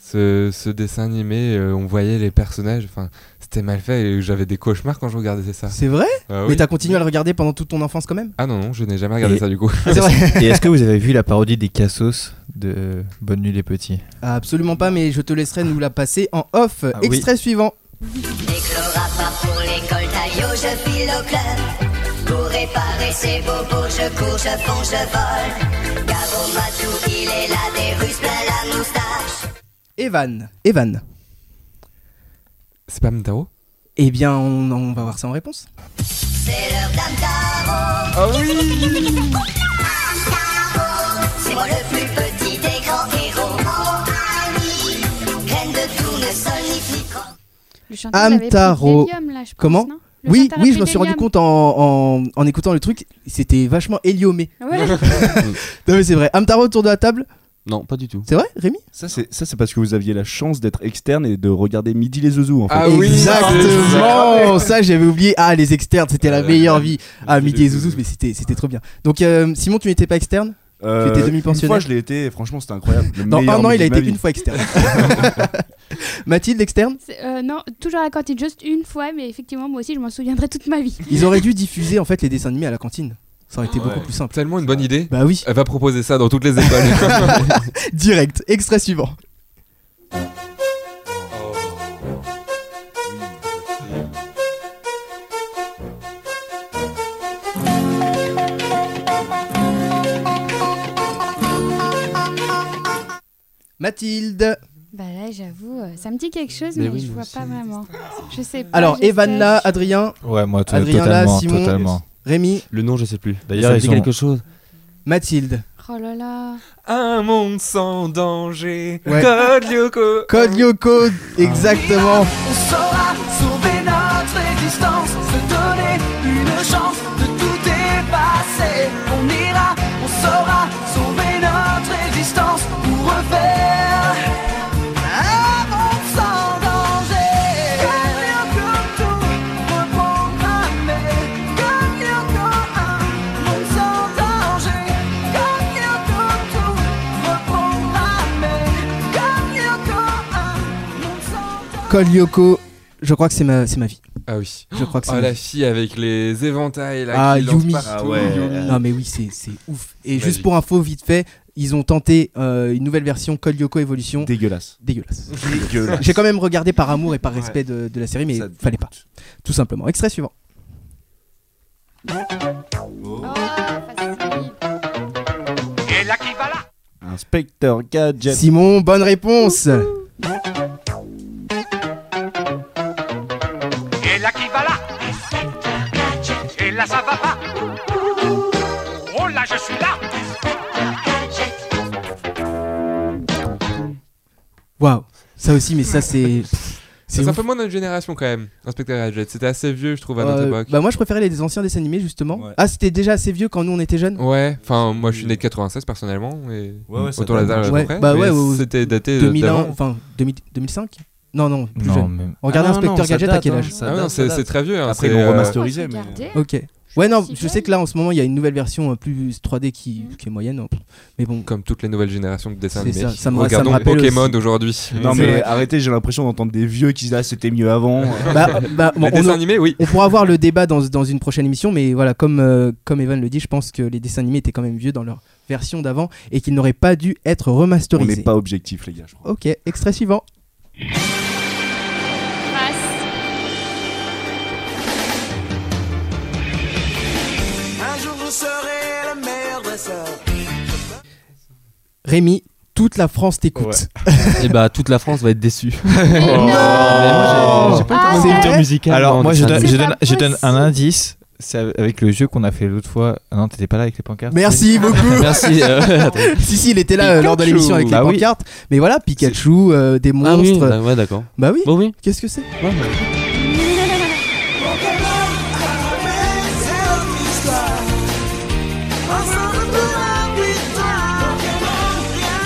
S5: ce, ce dessin animé, euh, on voyait les personnages, enfin c'était mal fait et j'avais des cauchemars quand je regardais ça.
S6: C'est vrai
S5: Ah
S6: Mais
S5: oui.
S6: t'as continué à le regarder pendant toute ton enfance quand même
S5: Ah non, non, je n'ai jamais regardé
S4: Et-
S5: ça du coup.
S6: C'est vrai
S4: Et est-ce que vous avez vu la parodie des Cassos de Bonne Nuit les Petits
S6: Ah, Absolument pas, mais je te laisserai nous la passer en off.
S4: Ah oui.
S6: Extrait suivant.
S12: Dès que Laura part pour l'école, taillot, je file au club. Pour réparer ses bobos, je cours, je fonce, je vole. Garo Matou, il est là, des russes plein la moustache.
S6: Evan. Evan.
S5: C'est pas Mtaro
S6: Eh bien, on, on va voir ça en réponse.
S12: C'est l'heure d'Amtaro. Ah oui C'est moi le plus petit des grands héros. Oh, ami, graine de tournesol, nif, nif, croc.
S3: Le chanteur, il avait pris de
S6: Amtaro.
S3: l'hélium, là, je pense,
S6: Comment
S3: non Le
S6: Oui,
S3: chanteur a
S6: oui, je
S3: pris
S6: me
S3: de
S6: suis rendu
S3: l'hélium.
S6: compte en, en- en écoutant le truc, c'était vachement héliomé.
S3: Ouais.
S6: Non mais c'est vrai. Amtaro autour de la table,
S2: Non, pas du tout.
S6: c'est vrai Rémi
S1: Ça, c'est ça, c'est parce que vous aviez la chance d'être externe et de regarder Midi les Zouzous. En fait.
S5: Ah oui,
S6: Exactement Ça j'avais oublié. Ah les externes, c'était la
S5: Euh,
S6: meilleure vie. Ah
S5: Midi
S6: Midi et
S5: les
S6: Zouzous,
S5: Zouzous.
S6: mais c'était c'était trop bien. Donc euh, Simon, tu n'étais pas externe
S1: Euh,
S6: Tu étais demi-pensionnaire
S1: Une fois, je l'ai été, et franchement, c'était incroyable. Le
S6: Dans
S1: meilleur
S6: un an,
S1: mec
S6: il a
S1: de ma
S6: été
S1: vie.
S6: une fois externe. Mathilde, externe
S3: C'est- euh, non, toujours à la cantine, juste une fois, mais effectivement, moi aussi, je m'en souviendrai toute ma vie.
S6: Ils auraient dû diffuser en fait les dessins animés à la cantine. Ça aurait été beaucoup plus simple.
S5: Tellement une bonne idée.
S6: Bah oui.
S5: Elle va proposer ça dans toutes les écoles.
S6: Direct, extrait suivant. Mathilde.
S3: Bah là, j'avoue, euh, ça me dit quelque chose,
S6: Mais
S3: mais,
S6: oui,
S3: je
S6: moi
S3: vois pas vraiment. Je sais pas.
S6: Alors,
S3: je
S6: Evan là,
S3: sèche.
S6: Adrien.
S4: Ouais, moi, to-
S6: Adrien là,
S4: totalement,
S6: Simon,
S4: totalement.
S6: Rémi.
S2: Le nom, je sais plus.
S4: D'ailleurs,
S2: ça me
S4: ils
S2: dit
S4: ont-
S2: quelque chose.
S6: Mathilde.
S3: Oh là là.
S5: Un monde sans danger.
S6: Ouais.
S5: Code Lyoko.
S6: Code Lyoko, exactement.
S12: On saura sauver notre existence, se donner une chance de tout dépasser. On ira, on saura sauver notre existence pour refaire un monde sans danger. Comme Yoko, tout reprogrammé. Comme Yoko, un monde sans danger. Comme Yoko, tout reprogrammé. Comme Yoko, un monde sans danger.
S6: Code Lyoko, je crois que c'est ma, c'est ma vie.
S5: Ah oui.
S6: Je crois que
S2: Oh
S6: c'est
S5: Ah,
S6: ma
S5: la
S6: vie.
S5: fille avec les éventails là,
S6: Ah,
S5: qui lance
S6: Yumi. Euh,
S5: partout.
S1: Ah ouais.
S5: Yumi.
S6: Non mais oui, c'est c'est ouf. Et
S5: Magique.
S6: juste pour info, vite fait, ils ont tenté euh, une nouvelle version Code Lyoko Evolution.
S1: Dégueulasse.
S6: Dégueulasse.
S1: Dégueulasse.
S6: J'ai quand même regardé par amour et par respect de, de la série, mais
S1: Ça te
S6: fallait pas. Tout simplement. Extrait suivant. Oh.
S1: Inspecteur Gadget.
S6: Simon, bonne réponse.
S13: Et là qui va là Et là ça va pas Oh là je suis là
S6: Waouh. Ça aussi, mais ça c'est. pff,
S5: C'est un
S6: ouf.
S5: peu moins de notre génération quand même, Inspecteur Gadget. C'était assez vieux, je trouve, à notre
S6: Euh,
S5: époque.
S6: bah moi je préférais les anciens dessins animés justement.
S1: Ouais.
S6: Ah c'était déjà assez vieux quand nous on était jeunes.
S5: Ouais, enfin, moi je suis né de 96 personnellement. mais
S1: Ouais, ouais, ça
S5: autour de la
S1: date.
S5: table à peu
S6: Ouais,
S5: près.
S6: bah
S5: mais
S6: ouais, ouais,
S5: C'était
S1: euh,
S5: daté
S6: 2001,
S5: d'avant.
S6: enfin 2000 2005. Non non, plus
S4: Non,
S6: jeune.
S4: mais...
S6: Regardez
S1: Ah non, non,
S6: Inspecteur
S1: ça
S6: Gadget à
S1: date,
S6: quel
S1: hein,
S6: âge
S1: ça
S5: Ah ouais,
S1: date,
S5: non,
S1: ça
S5: c'est
S1: date.
S5: c'est très vieux. hein,
S1: Après, ils
S5: c'est,
S1: l'ont
S5: euh,
S1: remasterisé.
S3: Regardez.
S1: Autorisé, mais-
S6: Ok.
S3: suis
S6: Ouais,
S3: pas
S6: non,
S3: si
S6: je sais
S3: jeune.
S6: que là en ce moment il y a une nouvelle version euh, plus 3D qui, qui est moyenne. hein. Mais bon,
S5: Comme toutes les nouvelles générations de dessins
S6: C'est
S5: animés.
S6: ça, ça me- ça me
S5: Regardons
S6: rappelle
S5: Pokémon
S6: aussi.
S5: aujourd'hui.
S1: Non
S6: C'est vrai.
S1: mais arrêtez, j'ai l'impression d'entendre des vieux qui disent ah c'était mieux avant.
S6: bah, bah, bon,
S5: Les
S6: on,
S5: dessins animés, oui.
S6: on pourra avoir le débat dans, dans une prochaine émission, mais voilà, comme, euh, comme Evan le dit, je pense que les dessins animés étaient quand même vieux dans leur version d'avant et qu'ils n'auraient pas dû être
S1: on n'est
S6: remasterisés.
S1: pas objectif les gars, je crois.
S6: Ok, extrait suivant.
S3: Face.
S12: Un jour vous serez le meilleur dresseur.
S6: Rémi, toute la France t'écoute.
S2: Et bah, toute la France va être déçue.
S6: Oh.
S2: J'ai pas
S3: Ah,
S2: été
S6: c'est
S2: en culture
S6: vrai
S2: musicale.
S4: Alors,
S2: dans
S4: moi,
S2: le
S4: je
S2: dessin
S4: donne,
S2: animé.
S4: je,
S3: C'est
S4: donne,
S3: pas
S4: je donne un
S3: possible.
S4: indice. C'est avec le jeu qu'on a fait l'autre fois. Ah Non, t'étais pas là avec les pancartes
S6: Merci beaucoup.
S2: Merci. euh, attends.
S6: si, si, il était là euh, lors de l'émission avec les
S2: Ah oui.
S6: pancartes. Mais voilà, Pikachu, euh, des
S2: Ah oui,
S6: monstres.
S2: bah, ouais, d'accord.
S6: bah oui,
S2: Bon, oui.
S6: qu'est-ce que c'est
S2: Ouais.
S12: Ensemble pour la victoire. Pokémon, rien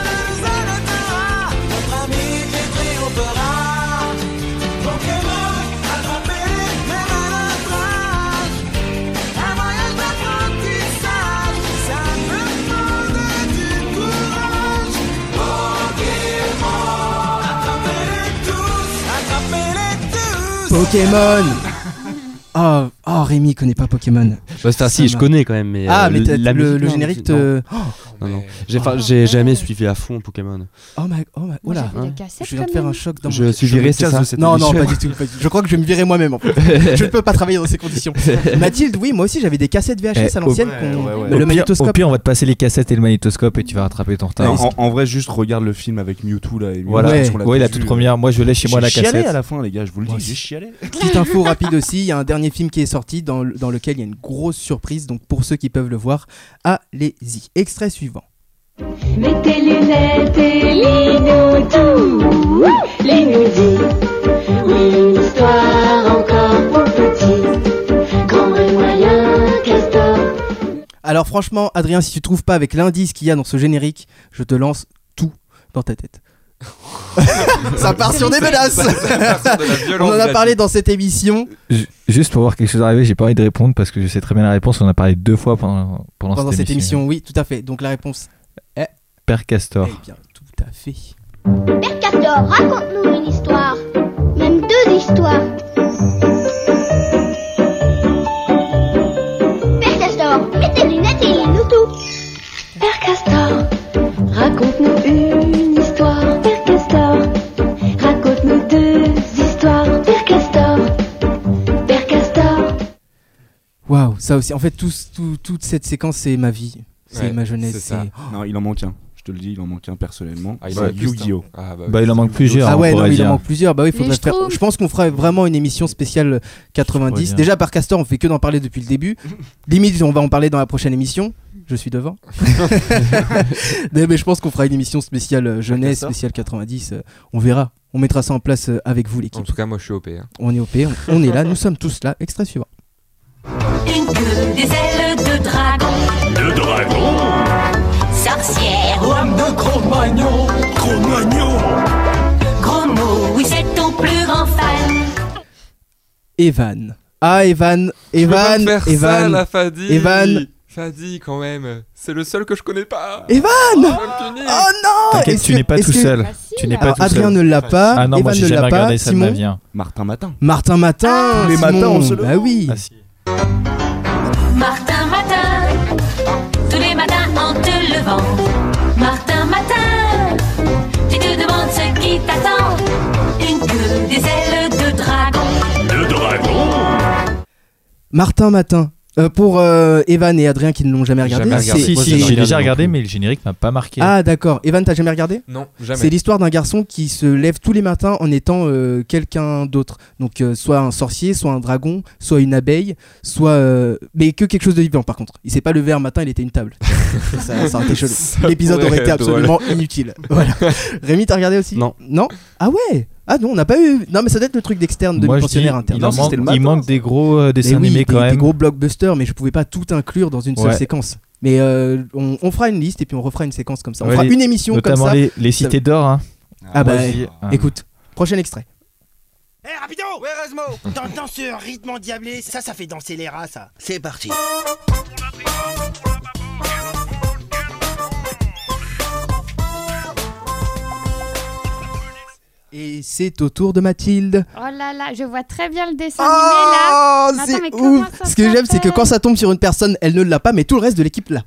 S12: ne nous arrêtera. Notre amitié triomphera. Pokémon, attraper même à notre âge. Un voyage d'apprentissage, ça me demande du courage. Pokémon, attrapez-les tous, attrapez-les tous.
S6: Pokémon oh, oh, Rémi connaît pas Pokémon.
S2: Bah, c'est
S6: Ça
S2: si, je
S6: m'a-
S2: connais quand même. Mais,
S6: ah,
S2: euh,
S6: mais t'as-
S2: la
S6: le,
S2: musique,
S6: le
S2: non,
S6: générique
S2: non.
S6: te. Oh,
S5: Non, non.
S2: J'ai enfin,
S3: Ah,
S2: j'ai
S3: ouais.
S2: jamais suivi à fond Pokémon.
S6: oh my, oh my, oh
S3: Moi,
S6: là.
S3: j'avais des cassettes,
S6: Je viens de
S3: quand
S6: faire un
S3: même.
S6: choc dans mon
S2: Je suis viré, c'est ça
S6: Non, non, pas du tout. pas du tout. Je crois que je vais me virer moi-même. En fait. je ne peux pas travailler dans ces conditions. Mathilde, oui, moi aussi j'avais des cassettes VHS
S4: Eh,
S6: à l'ancienne.
S1: ouais,
S6: qu'on-
S1: ouais, ouais.
S6: Le
S4: au, pire,
S6: magnétoscope.
S4: au pire, on va te passer les cassettes et le magnétoscope et tu vas rattraper ton retard.
S1: Non, en, en vrai, juste regarde le film avec Mewtwo là. Et Mewtwo,
S4: Voilà,
S6: Ouais.
S1: parce qu'on
S4: ouais, la
S1: tous
S4: toute
S1: vu.
S4: première. Moi, je l'ai chez moi la
S1: J'ai chialé
S4: cassette.
S1: à la fin les gars, je vous le
S4: Moi
S1: dis, j'ai
S4: aussi.
S1: chialé.
S6: Petite info rapide aussi, il y a un dernier film qui est sorti dans, le- dans lequel il y a une grosse surprise. Donc pour ceux qui peuvent le voir, allez-y. Extrait suivant.
S12: Mets tes lunettes et lis-nous tout, lis-nous dit. Oui, l'histoire encore pour petit, grand et moyen castor.
S6: Alors franchement, Adrien, si tu trouves pas avec l'indice qu'il y a dans ce générique, je te lance tout dans ta tête. ça part sur des menaces.
S5: Ça part sur de la violence,
S6: Ah, On en a
S5: là-dessus.
S6: parlé dans cette émission
S4: Ju- Juste pour voir quelque chose arriver, j'ai pas envie de répondre parce que je sais très bien la réponse. On en a parlé deux fois pendant, pendant,
S6: pendant cette émission. Oui, tout à fait. Donc la réponse est
S4: Père Castor.
S6: eh bien tout à fait.
S14: Père Castor, raconte-nous une histoire. Même deux histoires. Père Castor, mets tes lunettes et lis-nous tout. Père Castor, raconte-nous une histoire. Père Castor, raconte-nous deux histoires. Père Castor, Père Castor.
S6: Waouh, ça aussi. En fait, tout, tout- toute cette séquence, c'est ma vie. C'est
S1: Ouais,
S6: ma jeunesse.
S1: c'est ça. Non, il en manque un. Je te le dis, il en manque un personnellement.
S5: Ah, il en
S1: C'est
S5: manque juste un.
S1: Yu-Gi-Oh.
S2: hein.
S5: Ah, bah
S4: Bah, il en manque plusieurs.
S6: Ah
S4: on
S6: ouais, non,
S4: pourrait
S6: mais il
S4: dire.
S6: en manque plusieurs. Bah oui,
S3: Les
S6: faudrait faire.
S3: Schtroumpfs.
S6: Je pense qu'on ferait vraiment une émission spéciale 90.
S4: bien.
S6: Déjà, par Castor, on fait que d'en parler depuis le début. Limite, on va en parler dans la prochaine émission. Je suis devant. mais, mais je pense qu'on fera une émission spéciale euh, jeunesse,
S4: Castor.
S6: spéciale 90. euh, On verra. On mettra ça en place euh, avec vous,
S5: En
S6: l'équipe.
S5: tout cas, moi, je suis OP. hein.
S6: On est OP, on, on est là, nous sommes tous là. Extrait suivant.
S13: Une queue, des ailes de dragon.
S12: De dragon,
S13: Sorcière,
S12: l'âme de Cro-Magnon. Cro-Magnon,
S13: gros mot, oui c'est ton plus grand fan.
S6: Evan. Ah, Evan,
S5: Je peux pas
S6: Evan,
S5: faire ça,
S6: Evan.
S5: la Ah, Fadi.
S6: Evan.
S5: Fadi, quand même. C'est le seul que je connais pas.
S6: Evan
S5: Tu vas me punir.
S6: Oh non
S4: T'inquiète,
S6: Est-ce
S4: tu
S6: que-
S4: n'es pas
S6: est-ce
S4: tout
S6: que-
S4: seul. Tu n'es pas
S6: Alors,
S4: tout
S6: Adrien
S4: seul.
S6: ne l'a pas,
S4: Ah non, moi
S6: Evan
S4: j'ai
S6: ne
S4: jamais
S6: l'a pas,
S4: regardé ça de ma
S6: Simon.
S4: vie. hein.
S1: Martin Matin.
S6: Martin Matin
S1: les
S6: Simon,
S1: matins, on se lève.
S6: Bah oui
S4: Ah, si.
S13: Martin Matin, tous les matins en te levant. Martin Matin, tu te demandes ce qui t'attend. Une queue, des ailes de dragon.
S12: de dragon,
S6: Martin Matin. Euh, pour euh, Evan et Adrien qui ne l'ont jamais regardé.
S5: Jamais
S6: c'est-
S5: regardé.
S4: Si,
S6: c'est-
S4: si, j'ai déjà
S5: non
S4: regardé,
S5: plus.
S4: mais le générique m'a pas marqué.
S6: Ah d'accord. Evan, t'as jamais regardé
S5: Non,
S6: C'est
S5: jamais.
S6: l'histoire d'un garçon qui se lève tous les matins en étant euh, quelqu'un d'autre. Donc euh, soit un sorcier, soit un dragon, soit une abeille, soit... euh, Mais que quelque chose de vivant par contre. Il s'est pas levé un matin, il était une table. ça, ça aurait été chelou.
S5: Ça
S6: L'épisode
S5: pourrait
S6: aurait été
S5: être drôle.
S6: absolument inutile. Voilà. Rémi, t'as regardé aussi
S15: Non.
S6: Non Ah ouais Ah non, on n'a pas eu... Non mais ça doit être le truc d'externe,
S4: Moi, je dis,
S6: demi-pensionnaire interne.
S4: il,
S1: Non,
S4: en
S1: c'était
S4: manque,
S1: le
S4: il
S1: matin,
S4: manque des gros euh, dessins
S6: Mais oui,
S4: animés quand
S6: des, des
S4: même.
S6: gros blockbusters, mais je pouvais pas tout inclure dans une seule
S4: Ouais.
S6: séquence. Mais euh, on, on fera une liste et puis on refera une séquence comme ça. On
S4: Ouais,
S6: fera
S4: les-
S6: une émission comme
S4: Notamment
S6: ça.
S4: les, les cités d'or. hein.
S6: Ah bah,
S4: Moi, je dis- ah.
S6: écoute, prochain extrait.
S12: Eh rapido Ouais, Rasmo T'entends ce rythme endiablé Ça, ça fait danser les rats, ça. C'est parti.
S6: Et c'est au tour de Mathilde.
S3: Oh là là, je vois très bien le dessin animé là.
S6: Oh,
S3: Mais attends, mais
S6: c'est
S3: comment
S6: ouf.
S3: ça
S6: Ce que j'aime, c'est que
S3: s'appelle
S6: quand ça tombe sur une personne, elle ne l'a pas, mais tout le reste de l'équipe l'a.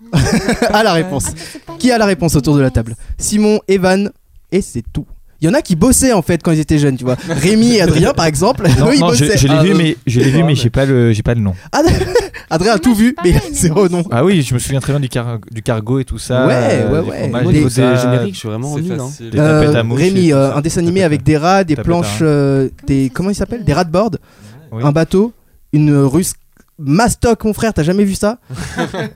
S6: à la réponse.
S3: Attends, c'est pas
S6: Qui a la réponse autour de la
S3: Yes.
S6: table Simon, Evan, et c'est tout. Il y en a qui bossaient en fait quand ils étaient jeunes, tu vois. Rémi et Adrien par exemple,
S4: Non,
S6: eux ils
S4: non, je,
S6: bossaient.
S4: je l'ai
S6: Ah,
S4: vu,
S6: eux.
S4: mais je l'ai vu, mais j'ai pas le, j'ai pas le nom.
S6: Ah, Adrien a tout vu,
S3: Moi,
S6: mais
S3: c'est pareil, mais
S6: zéro nom.
S4: Ah oui, je me souviens très bien du, car- du cargo et tout ça.
S6: Ouais,
S4: euh,
S6: Ah, ouais,
S4: des
S6: ouais.
S4: fromages
S6: Moi,
S4: et
S6: au
S4: tout
S6: niveau
S4: ça.
S15: des génériques, je suis vraiment
S5: C'est
S15: nul. hein.
S5: facile.
S4: Des tapettes à
S6: Euh,
S4: mouches
S6: Rémi,
S4: et tout
S6: euh,
S4: ça.
S6: un dessin
S4: Tapettes
S6: animé
S4: à-
S6: avec des rats, des
S4: tapettes à
S6: planches,
S4: rats.
S6: euh, des
S3: ça
S6: comment il s'appelle,
S3: s'appelle
S6: des ratboards,
S4: Oui.
S6: un bateau, une russe mastoc, mon frère, t'as jamais vu ça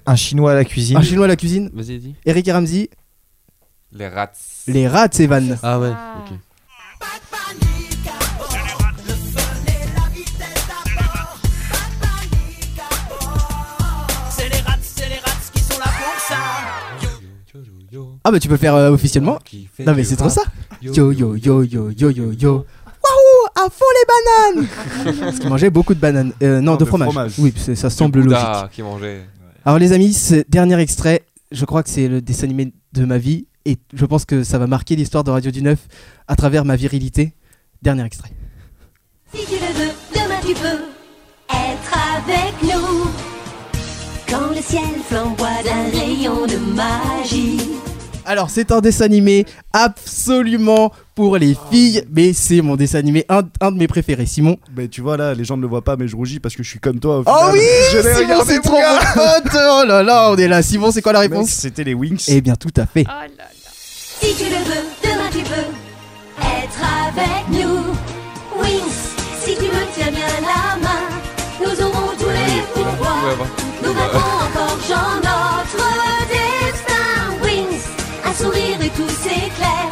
S4: Un chinois à la cuisine.
S6: Un chinois à la cuisine,
S15: Vas-y, dis.
S6: Eric et Ramsey,
S5: Les rats.
S6: les rats, c'est Van.
S15: Ah ouais,
S3: Ah.
S15: ok.
S12: C'est les rats, c'est les rats qui sont là pour ça.
S6: Ah bah tu peux faire euh, officiellement. Non mais c'est trop ça. Yo yo yo yo yo yo yo. Waouh, à fond les bananes Parce qu'il mangeait beaucoup de bananes. Euh, non,
S1: Non,
S6: de,
S1: de
S6: fromage.
S1: fromage.
S6: Oui, c'est- ça semble logique.
S5: qui mangeait.
S6: Alors les amis, ce dernier extrait, je crois que c'est le dessin animé de ma vie et je pense que ça va marquer l'histoire de Radio du Neuf à travers ma virilité. Dernier extrait.
S13: Si tu le veux, demain tu peux être avec nous. Quand le ciel flamboie d'un rayon de magie.
S6: Alors c'est un dessin animé absolument pour les filles, mais c'est mon dessin animé, un, un de mes préférés. Simon.
S1: Mais tu vois là, les gens ne le voient pas, mais je rougis parce que je suis comme toi. Au
S6: Oh
S1: final.
S4: Ah
S6: oui
S1: Je l'ai
S6: Simon
S1: regardé,
S6: c'est
S1: mon
S6: trop
S1: gars.
S6: mon pote Oh là là, on est là. Simon c'est quoi la
S1: Mec,
S6: réponse
S1: C'était les Wings.
S6: Eh bien tout à fait.
S3: Oh là là.
S13: Si tu le veux, demain tu peux être avec nous. Wings, si tu me tiens bien la main, nous aurons tous les pouvoirs. Nous battons encore Jean notre destin. Wings, un sourire et tout s'éclaire.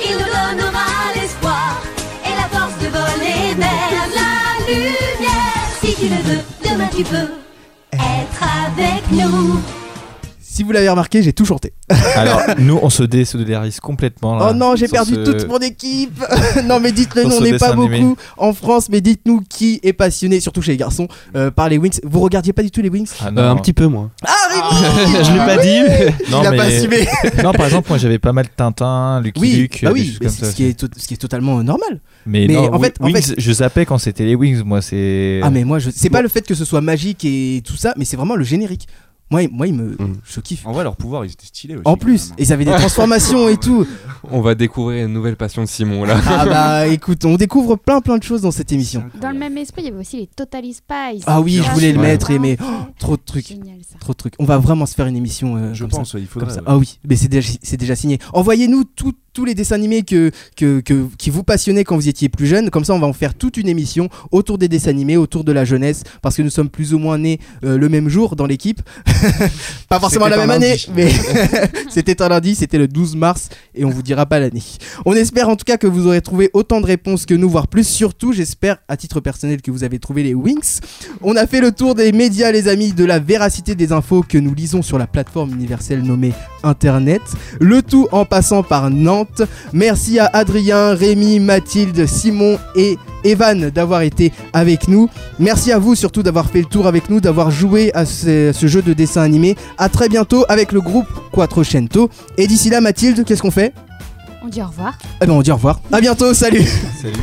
S13: Il nous donnera l'espoir et la force de voler vers la lumière. Si tu le veux, demain tu peux être avec nous.
S6: Si vous l'avez remarqué, j'ai tout chanté.
S4: Alors, nous, on se désolidarise complètement. là,
S6: oh non, j'ai
S4: sur
S6: perdu
S4: ce-
S6: toute mon équipe. non, mais dites-le,
S4: Sur
S6: nous, on
S4: ce
S6: n'est pas
S4: dessin
S6: beaucoup
S4: animé.
S6: en France, mais dites-nous qui est passionné, surtout chez les garçons, euh, par les Wings. Vous regardiez pas du tout les Wings
S4: Ah non. Euh, un petit peu,
S2: moi.
S6: Ah,
S2: Je l'ai pas dit.
S4: Non,
S6: Il a
S4: mais-
S6: pas assumé.
S4: non, par exemple, moi j'avais pas mal Tintin, Lucky
S6: Oui,
S4: Luke,
S6: bah
S4: des
S6: oui,
S4: choses
S6: mais
S4: comme
S6: c'est
S4: ça.
S6: ce, qui est to- ce qui est totalement euh, normal.
S4: Mais, non,
S6: en fait, en
S4: Wings,
S6: fait-
S4: je zappais quand c'était les Wings, moi c'est.
S6: ah mais moi, je... c'est pas le fait que ce soit magique et tout ça, mais c'est vraiment le générique. Moi, il- moi, il me,
S4: Mm.
S6: je kiffe.
S1: En vrai, leur pouvoir, ils étaient stylés
S4: Oh,
S1: aussi. hein.
S6: En plus, ils avaient des transformations et tout.
S5: On va découvrir une nouvelle passion de Simon là.
S6: Ah bah écoute, on découvre plein plein de choses dans cette émission.
S3: Dans le même esprit, il y avait aussi les Total Spies.
S6: Ah oui, je voulais le
S3: Ouais.
S6: mettre, et mais oh,
S3: Ouais.
S6: trop de trucs.
S3: Génial, ça.
S6: Trop de trucs. On va vraiment se faire une émission. euh,
S1: Je
S6: comme
S1: pense,
S6: ça,
S1: ouais, il faudrait,
S6: comme ça.
S1: ouais.
S6: Ah oui, mais c'est déjà, c'est déjà signé. Envoyez-nous tout- tous les dessins animés que, que, que- qui vous passionnaient quand vous étiez plus jeune. Comme ça, on va en faire toute une émission autour des dessins animés, autour de la jeunesse, parce que nous sommes plus ou moins nés euh, le même jour dans l'équipe. Pas forcément la
S4: C'était
S6: même
S4: un
S6: année,
S4: lundi.
S6: mais c'était un lundi, c'était le 12 mars, et on vous dira pas l'année. On espère en tout cas que vous aurez trouvé autant de réponses que nous, voire plus. Surtout, j'espère à titre personnel que vous avez trouvé les Winx. On a fait le tour des médias, les amis, de la véracité des infos que nous lisons sur la plateforme universelle nommée Internet. Le tout en passant par Nantes. Merci à Adrien, Rémi, Mathilde, Simon et Evan d'avoir été avec nous. Merci à vous surtout d'avoir fait le tour avec nous, d'avoir joué à ce, ce jeu de dessin animé. À très bientôt avec le groupe Quattrocento. Et d'ici là, Mathilde, qu'est-ce qu'on fait
S3: On dit au revoir.
S6: Eh ben, on dit au revoir. À bientôt, salut
S4: Salut.